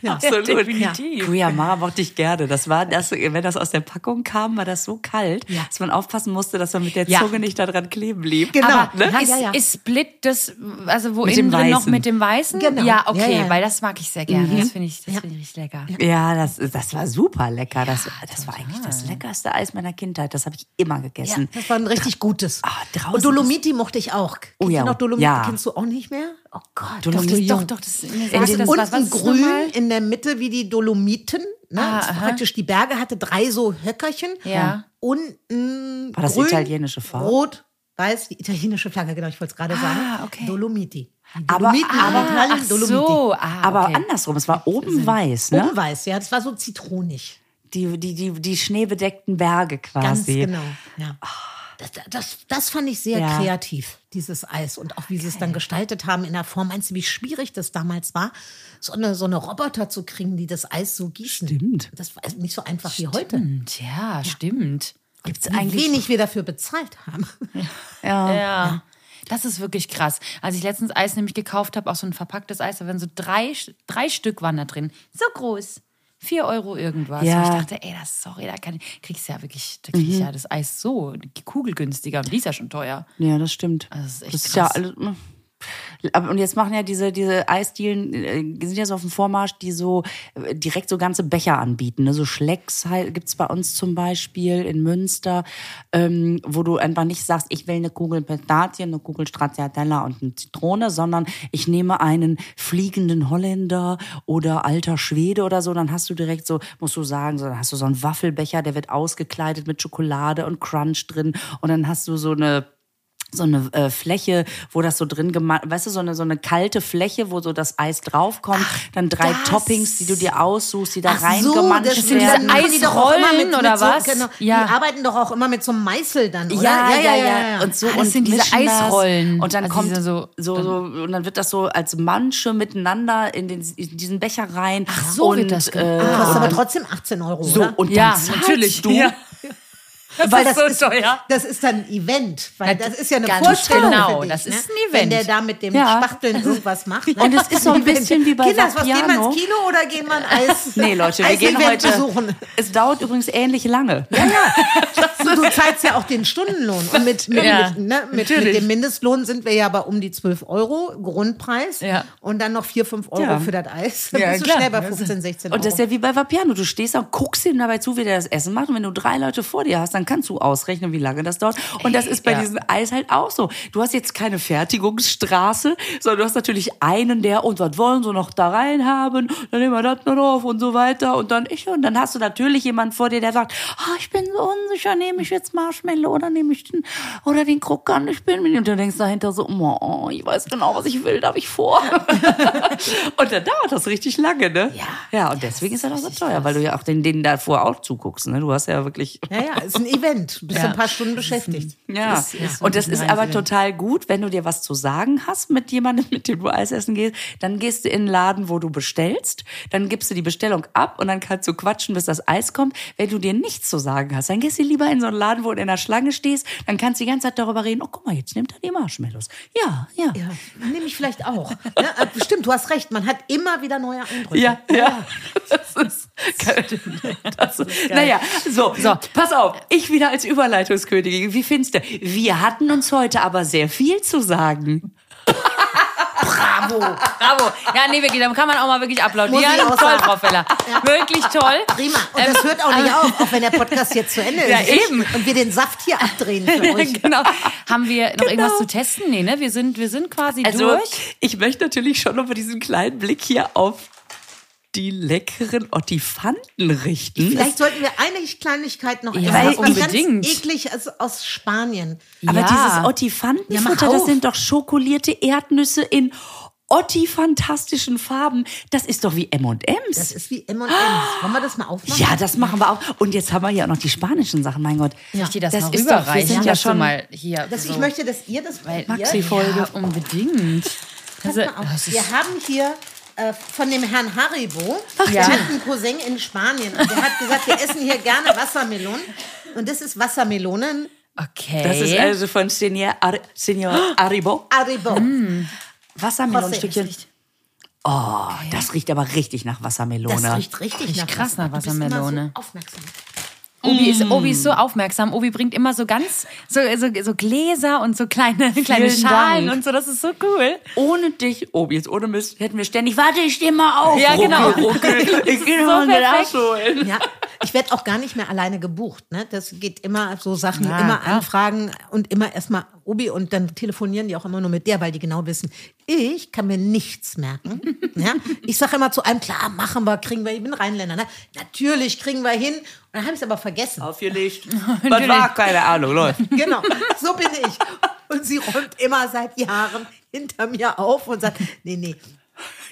Ja. Absolut. definitiv. Kuyamara mochte ich gerne. Das war das, wenn das aus der Packung kam, war das so kalt, dass man aufpassen musste, dass man mit der Ja. Zunge nicht daran kleben blieb. Genau. Aber Ne? Ja, ist, ja, ja. ist Split das, also wo Mit innen dem drin noch Weißen. mit dem Weißen? Genau. Ja, okay, Ja, ja. weil das mag ich sehr gerne. Das finde ich, das finde ich richtig lecker. Ja, das, das war super lecker. Das, das war eigentlich das leckerste Eis meiner Kindheit. Das habe ich immer gegessen. Das war ein richtig gutes. Ah, draußen und Dolomiti mochte ich auch. Kennst Oh ja, du noch Dolomiti? ja. Kennst du auch nicht mehr? Oh Gott. Doch, Dolomiti- das, doch, doch, das, mir In sagte den- das unten was. Was ist das grün, nochmal? in der Mitte wie die Dolomiten. Ne? Ah, Das war praktisch die Berge hatte drei so Höckerchen. Ja. Unten War das grün, italienische Farbe? Ah, Rot. weiß, die italienische Flagge, genau, ich wollte es gerade sagen. okay. Dolomiti. Die Aber- Dolomiten in aber- Italien, Ach so, ah, Aber okay. andersrum, es war oben weiß, ne? Oben weiß, ja, das war so zitronig. Die, die, die, die schneebedeckten Berge Ganz quasi. Ah. genau. Ja. Das, das, das fand ich sehr Ja. kreativ, dieses Eis. Und auch wie sie es dann gestaltet haben in der Form. Meinst du, wie schwierig das damals war, so eine, so eine Roboter zu kriegen, die das Eis so gießen? Stimmt. Das war also nicht so einfach wie heute. Stimmt, ja, stimmt. Gibt's Wie eigentlich. wenig wir dafür bezahlt haben. Ja. Ja. Das ist wirklich krass. Als ich letztens Eis nämlich gekauft habe, auch so ein verpacktes Eis, da waren so drei, drei Stück waren da drin. So groß. Vier Euro irgendwas. Ja. Und ich dachte, ey, das sorry, da kann ich, kriegst ja wirklich, da krieg ich ja das Eis so kugelgünstiger und die ist ja schon teuer. Ja, das stimmt. Also, das ist echt ja krass. alles. ne? Aber- Und jetzt machen ja diese, diese Eisdielen, äh, sind ja so auf dem Vormarsch, die so äh, direkt so ganze Becher anbieten. Ne? So Schlecks gibt es bei uns zum Beispiel in Münster, ähm, wo du einfach nicht sagst, ich will eine Kugel Pistazie, eine Kugel Stracciatella und eine Zitrone, sondern ich nehme einen fliegenden Holländer oder alter Schwede oder so. Dann hast du direkt so, musst du sagen, so, dann hast du so einen Waffelbecher, der wird ausgekleidet mit Schokolade und Crunch drin. Und dann hast du so eine so eine äh, Fläche, wo das so drin gemacht, weißt du, so eine, so eine kalte Fläche, wo so das Eis draufkommt, dann drei das. Toppings, die du dir aussuchst, die da Ach so, reingemanscht das diese werden. dann machen die doch auch immer Eisrollen oder so, was? Genau, Ja. Die arbeiten doch auch immer mit so einem Meißel dann, oder? Ja, ja, ja, Und so Ah, das und sind diese mischen das. Eisrollen. Und dann Also kommt diese so, so- so, und dann wird das so als Mansche miteinander in, den, in diesen Becher rein. Ach so und, wird das äh, gemacht. Ah, kostet aber trotzdem 18 Euro, so oder? und Ja, dann zahlst natürlich. du. Ja. Das weil ist das so ist, teuer. das ist dann ein Event, weil Na, das ist ja eine ganz Vorstellung. genau, für dich, das ne? ist ein Event. Wenn der da mit dem Ja. Also, Spachteln irgendwas macht. Ne? Und es ist so ein bisschen wie bei Kinders, was gehen wir Vapiano. ins Kino oder gehen wir ein Eis? Nee, Leute, wir gehen Eis-Event heute. besuchen. Es dauert übrigens ähnlich lange. Und du zahlst ja auch den Stundenlohn. Und mit, mit, Ja, mit, ne, mit, mit natürlich. dem Mindestlohn sind wir ja bei um die 12 Euro Grundpreis. Ja. Und dann noch 4, 5 Euro Ja. für das Eis. Dann Ja, bist du klar. schnell bei 15, 16 Euro. Und das ist ja wie bei Vapiano. Du stehst da und guckst ihm dabei zu, wie der das Essen macht. Und wenn du drei Leute vor dir hast, dann kannst du ausrechnen, wie lange das dauert. Und das ist bei Ja. diesem Eis halt auch so. Du hast jetzt keine Fertigungsstraße, sondern du hast natürlich einen, der, und was wollen sie noch da rein haben? Dann nehmen wir das noch drauf und so weiter. Und dann ich. Und dann hast du natürlich jemanden vor dir, der sagt, ah, ich bin so unsicher, nehme ich jetzt Marshmallow oder nehme ich den, oder den Krokant. Ich bin mit Und du denkst dahinter so, oh, ich weiß genau, was ich will, darf ich vor. Und dann dauert das richtig lange, ne? Ja. Ja, und deswegen ist das auch so teuer, weil du ja auch den, denen davor auch zuguckst, ne? Du hast ja wirklich. ja, ja, ist ein Event. Du bist ein paar Stunden beschäftigt. <laughs> Ja, Ist- ist und das wirklich ist ein aber Wahnsinn. total gut, wenn du dir was zu sagen hast mit jemandem, <laughs> mit dem du Eis essen gehst, dann gehst du in einen Laden, wo du bestellst, dann gibst du die Bestellung ab und dann kannst du quatschen, bis das Eis kommt. Wenn du dir nichts zu sagen hast, dann gehst du lieber in so einen Laden, wo du in der Schlange stehst, dann kannst du die ganze Zeit darüber reden, oh guck mal, jetzt nimmt er die Marshmallows. Ja, ja. Ja, nehme ich vielleicht auch. Ne? äh, Stimmt, du hast recht. Man hat immer wieder neue Eindrücke. Ja, ja. <laughs> Das ist, das ist naja, so, so, pass auf. Ich wieder als Überleitungskönigin. Wie findest du? Wir hatten uns heute aber sehr viel zu sagen. Bravo. Ja, nee, wirklich, da kann man auch mal wirklich applaudieren. Muss ich auch Toll, sagen. Frau Feller. Wirklich toll. Prima. Und das hört auch nicht auf, auch wenn der Podcast jetzt zu Ende ist. Ähm, ah. <laughs> Ja, eben. Und wir den Saft hier abdrehen <laughs> für euch. genau. Haben wir noch irgendwas zu testen? Nee, ne? Wir sind, wir sind quasi Also, durch. ich möchte natürlich schon über diesen kleinen Blick hier auf die leckeren Ottifanten richten. Vielleicht sollten wir eine Kleinigkeit noch Ja, essen, was unbedingt. ganz eklig ist aus Spanien. aber Ja. dieses Ja, mach Ottifantenfutter, auf. das sind doch schokolierte Erdnüsse in ottifantastischen Farben. Das ist doch wie M&M's. Das ist wie M&M's. Wollen wir das mal aufmachen? Ja, das machen wir auch. Und jetzt haben wir hier auch noch die spanischen Sachen, mein Gott. Soll ich dir das, Das mal ist doch- wir rüberreichen? sind Dass ja du schon- mal hier. das, so- Ich möchte, dass ihr das probiert. Maxi-Folge. Ja, unbedingt. Pass Also, mal auf. das ist- Wir haben hier äh, von dem Herrn Haribo, ja. der hat einen Cousin in Spanien. Und der hat gesagt, wir essen hier gerne Wassermelonen. Und das ist Wassermelonen okay. Das ist also von Senior, Ar Senior Aribo. Haribo. Wassermelonenstückchen. Kostet Oh, das riecht aber richtig nach Wassermelone. Das riecht richtig Riecht nach krass Wasser- nach Du bist immer Wassermelone. So aufmerksam. Obi, ist, Obi ist so aufmerksam. Obi bringt immer so ganz, so, so, so Gläser und so kleine, <laughs> kleine Vielen Schalen Dank. und so. Das ist so cool. ohne dich, oh, jetzt ohne Mist, hätten wir ständig, warte, ich steh mal auf. Ja, genau. <laughs> Ruckel, ruckel. Ich gehe so mal ein Glas perfekt. holen. Ja, ich werde auch gar nicht mehr alleine gebucht. Ne? Das geht immer so Sachen, Ja, immer klar. anfragen und immer erstmal Obi und dann telefonieren die auch immer nur mit der, weil die genau wissen, ich kann mir nichts merken. <laughs> ja? Ich sage immer zu einem, klar, machen wir, kriegen wir, ich bin Rheinländer, ne? natürlich kriegen wir hin. Und <laughs> dann habe ich es aber vergessen. Aufgelegt. Was war? Keine Ahnung, läuft. Genau, so bin ich. Und sie räumt immer seit Jahren hinter mir auf und sagt, nee, nee.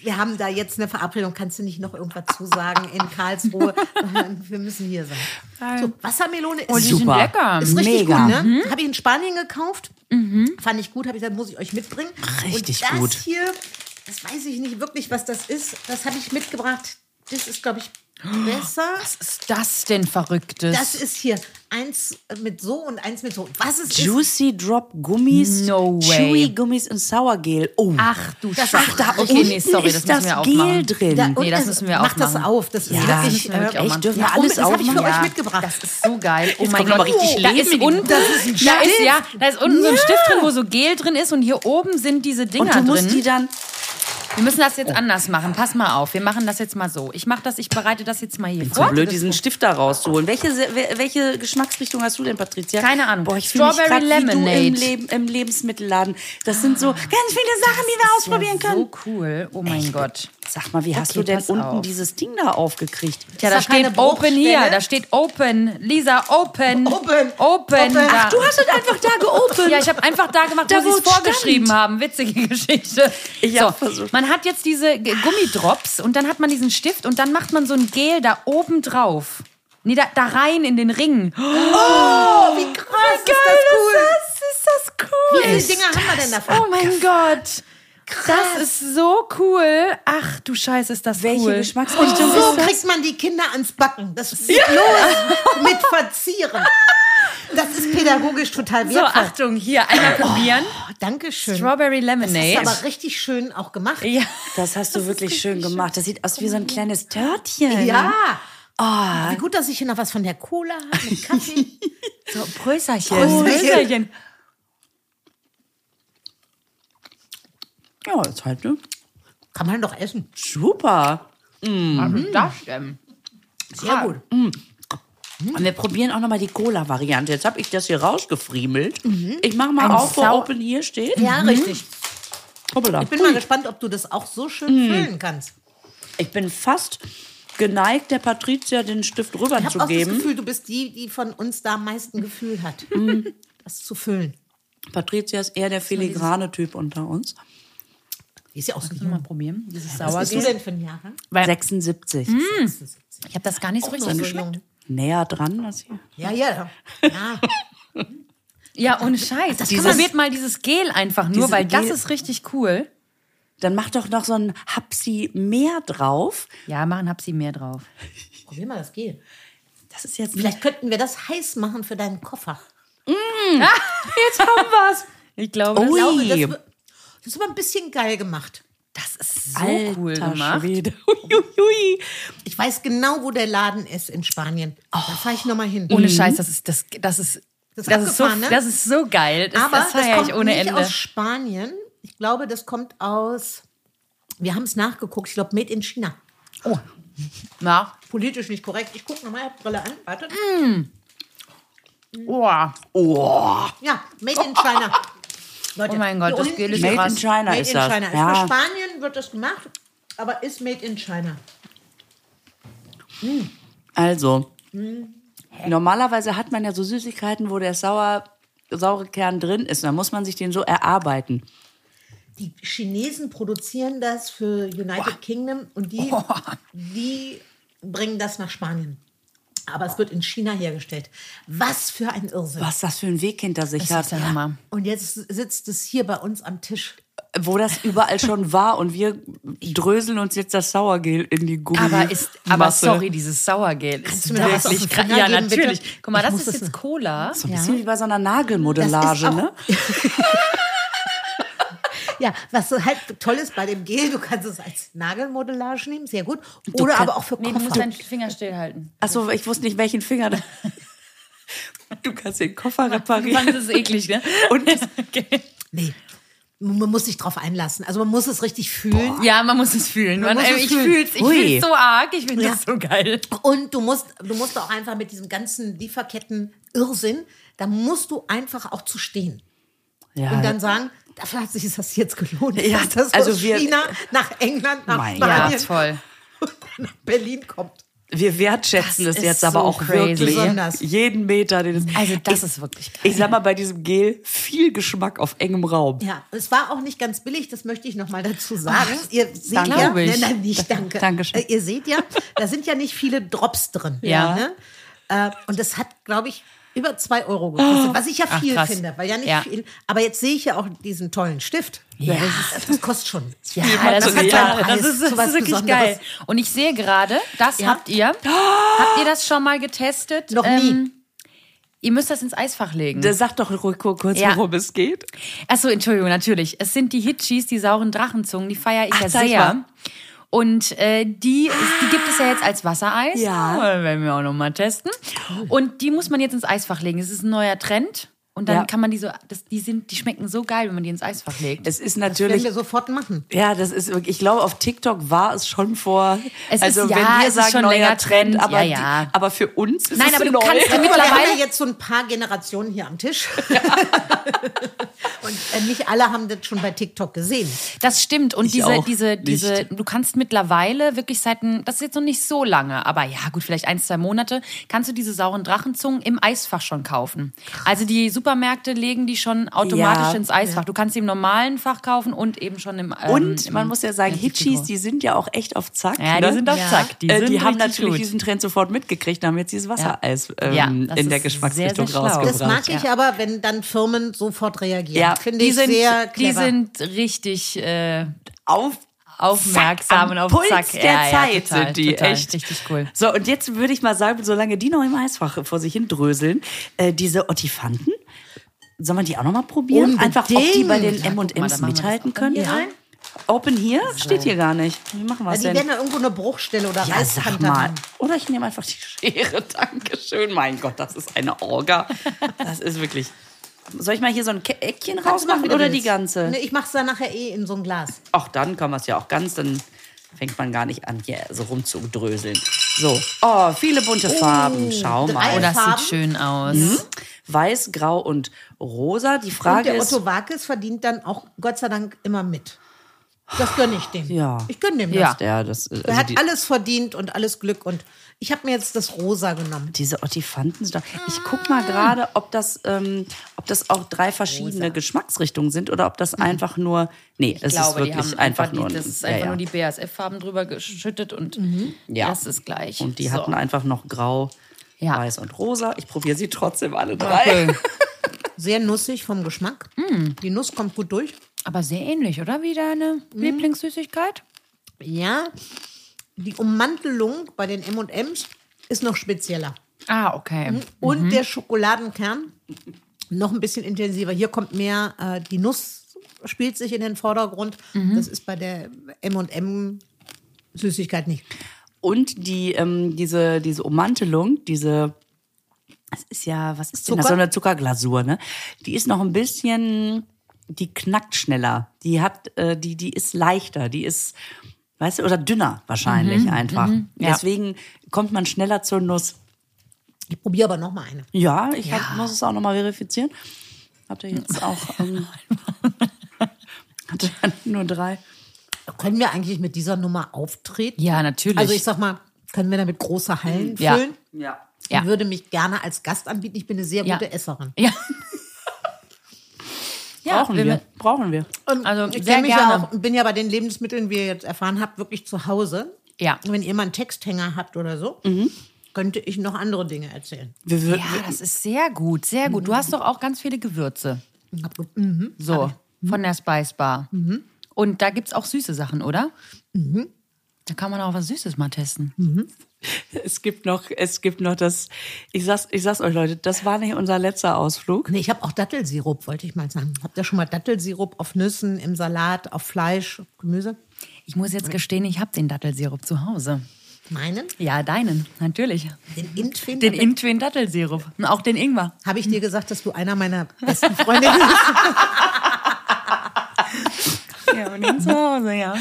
Wir haben da jetzt eine Verabredung. Kannst du nicht noch irgendwas zusagen in Karlsruhe? Wir müssen hier sein. So, Wassermelone ist Oh, die sind Mhm. Super. lecker. ist richtig Mega. gut, ne? Habe ich in Spanien gekauft. Mhm. Fand ich gut, habe ich gesagt, muss ich euch mitbringen. Richtig Und das gut. hier, das weiß ich nicht wirklich, was das ist. Das habe ich mitgebracht. Das ist, glaube ich, besser. Was ist das denn Verrücktes? Das ist hier eins mit so und eins mit so. Was es ist, Juicy Drop Gummis, No way. Ah, Chewy Gummis und Sour Gel. Oh. Ach du Das- Scheiße. ach, da okay, nee, unten sorry, das ist müssen wir das aufmachen. Gel drin. Da nee, das unten- müssen wir Mach aufmachen. das auf, das ist ja, wirklich, das müssen wir wirklich äh, auch echt, machen. dürfen Ja, wir und alles das hab ich für aufmachen? euch Ja. mitgebracht. Das ist so geil. Oh mein kommt noch Gott. mal richtig da Leben ist in die- unten, Das ist ein da ist Stift. ja, da ist unten so ein Stift drin, wo so Gel drin ist und hier oben sind diese Dinger Und du musst drin. die dann. wir müssen das jetzt anders machen. Pass mal auf, wir machen das jetzt mal so. Ich mache das, ich bereite das jetzt mal hier So vor. blöd, diesen Stift da rauszuholen. Welche, Se- wel- welche Geschmacksrichtung hast du denn, Patricia? Keine Ahnung. Boah, ich fühle mich grad Strawberry wie du Lemonade. im, Leben, im Lebensmittelladen. Das sind so ganz viele Sachen, die wir ausprobieren ja können. So cool. Oh mein Gott. Sag mal, wie hast Okay, du denn pass unten auf. dieses Ding da aufgekriegt? Ja, Ist da da keine steht Open hier. Bruchstelle? Da steht Open. Lisa, Open. Open. Open. Open. Da. Ach, Du hast es einfach da geopend. Ja, ich habe einfach da gemacht, Da, wo sie es wo es vorgeschrieben stand. haben. Witzige Geschichte. Ich so, hab versucht. man hat jetzt diese G- Gummidrops und dann hat man diesen Stift und dann macht man so ein Gel da oben drauf. Nee, da, da rein in den Ring. Oh, wie krass ist das cool. ist das cool. Wie viele Dinger haben wir denn davon? Oh mein Gott. Das ist so cool. Ach du Scheiße, ist das Welche cool. Oh. Geschmacksrichtung So ist das? kriegt man die Kinder ans Backen. Das ist los mit Verzieren. Das ist pädagogisch total So, wertvoll. Achtung, hier, einmal probieren. Oh, Dankeschön. Strawberry Das Lemonade. ist aber richtig schön auch gemacht. ja. Das hast du wirklich schön gemacht. Das sieht aus wie so ein kleines Törtchen. Ja. Oh. Wie gut, dass ich hier noch was von der Cola habe, <laughs> mit Kaffee. So, Pröserchen. Pröserchen. Pröserchen. Ja, ist halt ne? Kann man doch essen. super. Was ist das denn? Sehr gut. Und wir probieren auch nochmal die Cola-Variante. Jetzt habe ich das hier rausgefriemelt. Ich mache mal Ein auf, wo Sau- Open hier steht. Ja, Mhm. richtig. Hoppala. Ich bin mal gespannt, ob du das auch so Mhm. schön füllen kannst. Ich bin fast geneigt, der Patricia den Stift Ich habe auch das rüberzugeben. Gefühl, du bist die, die von uns da am meisten Gefühl hat, Mhm. das zu füllen. Patricia ist eher der filigrane Typ unter uns. Die ist ja auch so Mal jung. probieren. Dieses Was bist du Sauergel. denn für ein Jahr? 76. Ich habe das gar nicht so richtig so angeschmeckt. jung. Näher dran als hier. Ja, <laughs> ja. ja. Ja, ohne Scheiß. kann Das dieses, man- probiert mal dieses Gel einfach nur, Diese weil das Gel- ist richtig cool. Dann mach doch noch so ein Hapsi mehr drauf. Ja, machen hab sie mehr drauf. Probier mal das Gel. Das ist jetzt Hm. Vielleicht könnten wir das heiß machen für deinen Koffer. Jetzt haben wir's. Ich glaube, das, Ui. glaube, das, wi- das ist aber ein bisschen geil gemacht. das ist so Alter cool gemacht. Schwede. Uiuiui. Ich weiß genau, wo der Laden ist in Spanien. Da fahre ich nochmal hin. Oh. Ohne Scheiß, das ist das, das ist das, Das ist ist so, abgefahren, ne? das ist so geil. Das, aber das das, feiere kommt ich ohne nicht Ende. aus Spanien. Ich glaube, das kommt aus. Wir haben es nachgeguckt. Ich glaube, Made in China. Na, Politisch nicht korrekt. Ich gucke nochmal, Brille an. Warte. oh, Ja, Made in China. Leute, Oh mein Gott, hier das unten- Gel ist Made krass. in China Made ist in das. China. Ist Ja. Für Spanien wird das gemacht, aber ist Made in China. Also, Hm. normalerweise hat man ja so Süßigkeiten, wo der sauer, saure Kern drin ist. Dann muss man sich den so erarbeiten. Die Chinesen produzieren das für United Kingdom und die, die bringen das nach Spanien. Aber es wird in China hergestellt. Was für ein Irrsinn. Was das für ein Weg hinter sich das ist hat. ja Hammer. Und jetzt sitzt es hier bei uns am Tisch. Wo das überall <laughs> schon war und wir dröseln uns jetzt das Sauergel in die Gummi. Aber ist, aber Mhm. Masse. sorry, dieses Sauergel ist du mir da was wirklich aus dem krass. Finger Ja, geben, bitte? natürlich. Guck mal, Ich das muss ist das jetzt noch- Cola. So ein bisschen wie bei so einer Nagelmodellage, Das ist auch- ne? <laughs> Ja, was so halt toll ist bei dem Gel, du kannst es als Nagelmodellage nehmen, sehr gut. Du Oder kann- aber auch für Nee, Koffer. du musst deinen Finger stillhalten. Achso, ich wusste nicht, welchen Finger. <laughs> da- Du kannst den Koffer reparieren. Mann, das ist eklig, ne? Und das, nee. Man muss sich drauf einlassen. Also man muss es richtig fühlen. Ja, man muss es fühlen. Man, muss äh, es ich fühlen. fühl's, ich Hui. fühl's so arg. Ich finde Ja. das so geil. Und du musst, du musst auch einfach mit diesem ganzen Lieferketten-Irrsinn, da musst du einfach auch zu stehen. ja, Und dann sagen, dafür hat sich das jetzt gelohnt. Äh. Ja, dass das also aus wir- China nach England, nach Mein Spanien Ja, voll. und dann nach Berlin kommt. Wir wertschätzen Das es ist jetzt aber so auch crazy. wirklich. Besonders. Jeden Meter, den es. Also das ich, ist wirklich geil. Ich sag mal, bei diesem Gel viel Geschmack auf engem Raum. Ja, es war auch nicht ganz billig, das möchte ich noch mal dazu sagen. ihr seht danke. ja, Glaub ich. Nein, nein, nicht danke. Dankeschön. Äh, Ihr seht ja, da sind ja nicht viele Drops drin. Ja. Ne? Äh, Und das hat, glaube ich, über zwei Euro gekostet, was ich ja viel Oh. krass. finde, weil ja nicht Ja. viel. Aber jetzt sehe ich ja auch diesen tollen Stift. Ja. Das, ist, das kostet schon. Ja, Material. das ist, Ja, das das ist, das ist sowas ist wirklich Besonderes. geil. Und ich sehe gerade, das Ja. habt ihr. Habt ihr das schon mal getestet? Ähm, Noch nie. ihr müsst das ins Eisfach legen. Da sag doch ruhig kurz, Ja. worum es geht. Achso, Entschuldigung, natürlich. Es sind die Hitchis, die sauren Drachenzungen, die feiere ich Ach, ja sag ich sehr. mal. Und äh, die, ist, die gibt es ja jetzt als Wassereis. Ja. Äh, Werden wir auch nochmal testen. Und die muss man jetzt ins Eisfach legen. Es ist ein neuer Trend. Und dann Ja. kann man die so, das, die, sind, die schmecken so geil, wenn man die ins Eisfach legt. Es ist Werden natürlich. wir sofort machen. Ja, das ist wirklich, ich glaube, auf TikTok war es schon vor. Es ist- also, wenn ja, wir es ist sagen, schon neuer länger Trend, Trend, aber, ja, ja. Die, aber für uns ist Nein, es aber du neu. kannst ja Aber wir haben Mittlerweile- ja jetzt so ein paar Generationen hier am <laughs> Tisch. Und äh, nicht alle haben das schon bei TikTok gesehen. Das stimmt. Und diese, auch diese, nicht. diese, du kannst mittlerweile wirklich seit, ein, das ist jetzt noch nicht so lange, aber ja, gut, vielleicht ein, zwei Monate, kannst du diese sauren Drachenzungen im Eisfach schon kaufen. Also die Supermärkte legen die schon automatisch Ja. ins Eisfach. Du kannst sie im normalen Fach kaufen und eben schon im. Ähm, Und im, man muss ja sagen, im Hitchis, Tiefkühlfach. die sind ja auch echt auf Zack. Ja, die ne? sind auf Ja. Zack. Die, Die, äh, sind die haben richtig natürlich gut. diesen Trend sofort mitgekriegt und haben jetzt dieses Wassereis ähm, Ja, das in der ist sehr, Geschmacksrichtung sehr schlau. Das rausgebracht. mag ich aber, wenn dann Firmen sofort reagieren. Ja, Finde Die ich sind, sehr die clever. sind richtig äh, auf aufmerksam am und auf Puls Zack. der ja, ja, Zeit total, sind die total, echt. richtig cool. So, und jetzt würde ich mal sagen, solange die noch im Eisfach vor sich hin dröseln, äh, diese Ottifanten, soll man die auch noch mal probieren? Unbedingt. Einfach, ob die bei den Ja, guck mal, M&M's dann machen wir das mithalten open können? hier rein. Open hier? Steht hier gar nicht. Wie machen wir Weil es die denn? werden ja irgendwo eine Bruchstelle oder Ja, sag Reißkante mal. haben. Oder ich nehme einfach die Schere. <laughs> Dankeschön. Mein Gott, das ist eine Orga. Das ist wirklich. Soll ich mal hier so ein Ke- Eckchen Kannst du machen, rausmachen wie du oder die willst. ganze? Nee, ich mach's dann nachher eh in so ein Glas. Auch dann kann man es ja auch ganz, dann fängt man gar nicht an, hier so rumzudröseln. So. Oh, viele bunte Farben. Schau mal. drei Oh, das Farben? sieht schön aus. Mhm. Weiß, Grau und Rosa. Die Und Frage der ist. Otto Wakis verdient dann auch Gott sei Dank immer mit. Das gönne ich dem. Ja. Ich gönne dem Ja. das. Ja, das, also Er hat die, alles verdient und alles Glück. Und ich habe mir jetzt das Rosa genommen. diese Ottifanten sind doch. Ich guck Ah. mal gerade, ob das, ähm, ob das auch drei verschiedene Geschmacksrichtungen sind oder ob das einfach nur. Nee, es Mhm. glaube, ist wirklich die haben einfach, einfach nur. die, das ein- ist ja, einfach ja. nur die BASF-Farben drüber geschüttet und Ja. das ist gleich. Und die hatten einfach noch grau, Ja. weiß und rosa. Ich probiere sie trotzdem alle drei. <laughs> Sehr nussig vom Geschmack. Mm. Die Nuss kommt gut durch. Aber sehr ähnlich, oder? Wie deine Mhm. Lieblingssüßigkeit? Ja. Die Ummantelung bei den M&M's ist noch spezieller. Ah, okay. Und der Schokoladenkern noch ein bisschen intensiver. Hier kommt mehr, äh, die Nuss spielt sich in den Vordergrund. Mhm. Das ist bei der M&M Süßigkeit nicht. Und die, ähm, diese, diese Ummantelung, diese, das ist ja, was ist denn das? Zucker? So eine Zuckerglasur, ne? Die ist noch ein bisschen, die knackt schneller. Die hat, äh, die, die ist leichter, die ist, weißt du, oder dünner wahrscheinlich einfach. ja. Deswegen kommt man schneller zur Nuss. Ich probiere aber noch mal eine. Ja, ich Hab, muss es auch nochmal verifizieren. Habt ihr jetzt auch, ähm, <laughs> hatte nur drei. Können wir eigentlich mit dieser Nummer auftreten? Ja, natürlich. Also ich sag mal, können wir damit große Hallen Ja. füllen? Ja. Ja. Ich würde mich gerne als Gast anbieten. Ich bin eine sehr Ja. gute Esserin. <laughs> ja. ja, Brauchen wir. Brauchen wir. Und Also ich sehr kenn mich gerne. Ja auch, bin ja bei den Lebensmitteln, wie ihr jetzt erfahren habt, wirklich zu Hause. Ja. Mhm. Wenn ihr mal einen Texthänger habt oder so, könnte ich noch andere Dinge erzählen. wir, wir Ja, das ist sehr gut, sehr gut. Du hast doch auch ganz viele Gewürze. Mhm. So, von der Spice Bar. Und da gibt es auch süße Sachen, oder? Mhm. Da kann man auch was Süßes mal testen. <laughs> Es gibt noch, es gibt noch das, ich sag's, ich sag's euch Leute, das war nicht unser letzter Ausflug. Nee, ich habe auch Dattelsirup, wollte ich mal sagen. Habt ihr schon mal Dattelsirup auf Nüssen, im Salat, auf Fleisch, auf Gemüse? Ich muss jetzt gestehen, ich habe den Dattelsirup zu Hause. Meinen? Ja, deinen, natürlich. Den Intfin? Den Intwin Dattelsirup. Und auch den Ingwer. Habe ich dir gesagt, dass du einer meiner besten Freunde bist? Ja, und den zu Hause, ja.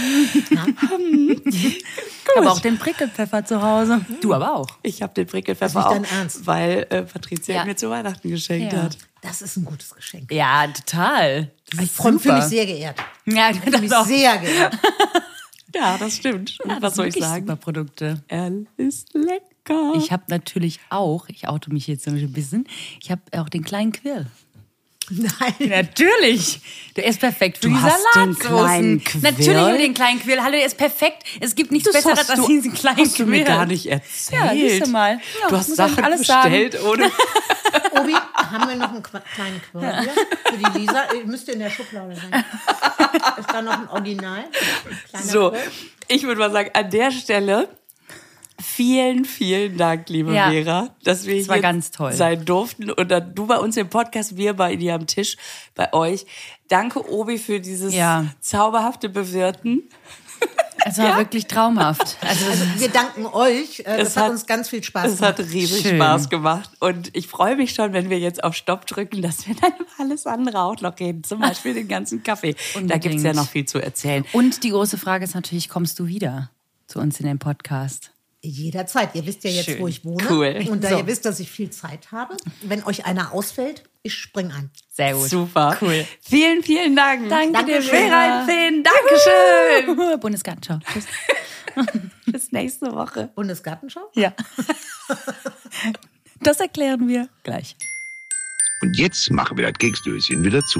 <laughs> Aber auch den Prickelpfeffer zu Hause. Du aber auch. Ich habe den nicht Prickelpfeffer dein auch, Ernst. weil äh, Patricia Ja. ihn mir zu Weihnachten geschenkt Ja. hat. Das ist ein gutes Geschenk. Ja, total. Das Ich ist freue mich super. sehr geehrt. Ja, das Mich auch. sehr geehrt. <laughs> Ja, das stimmt. Ja, Was das soll sind ich wirklich sagen? Super Produkte. Er ist lecker. Ich habe natürlich auch, ich oute mich jetzt nämlich ein bisschen, ich habe auch den kleinen Quirl. Nein. Natürlich. Der ist perfekt Du für die hast den Salatsoßen. kleinen Quirl? Natürlich habe ich den kleinen Quirl. Hallo, der ist perfekt. Es gibt nichts Das Besseres hast als du- diesen kleinen hast du mir Quirl. gar nicht erzählt. Ja, siehst du mal. Ja, du hast muss man Sachen alles sagen. bestellt ohne. Obi, haben wir noch einen Qu- kleinen Quirl hier für die Lisa? Äh, Müsste in der Schublade sein. Ist da noch ein Original? Ein kleiner So, Quirl? ich würde mal sagen, an der Stelle vielen, vielen Dank, liebe Ja. Vera, dass wir war hier ganz toll. sein durften und dann du bei uns im Podcast, wir bei dir am Tisch, bei euch. Danke, Obi, für dieses Ja. zauberhafte Bewirten. Es war wirklich <laughs> traumhaft. Also, das Wir danken euch. Äh, Das Es hat, hat- uns ganz viel Spaß Es hat gemacht. riesig Schön. Spaß gemacht und ich freue mich schon, wenn wir jetzt auf Stopp drücken, dass wir dann über alles andere auch noch reden, zum Beispiel den ganzen Kaffee. Da Unbedingt. gibt es ja noch viel zu erzählen. Und die große Frage ist natürlich, kommst du wieder zu uns in den Podcast? Jederzeit. Ihr wisst ja jetzt, Schön. wo ich wohne. Cool. Und da So. ihr wisst, dass ich viel Zeit habe. Wenn euch einer ausfällt, ich spring an. Sehr gut. Super. Cool. Vielen, vielen Dank. Danke dir, Vera Vera. in 10. Dankeschön. <laughs> Bundesgarten, ciao. Tschüss. Bis nächste Woche. Bundesgartenschau? Ja. <laughs> Das erklären wir gleich. Und jetzt machen wir das Keksdöschen wieder zu.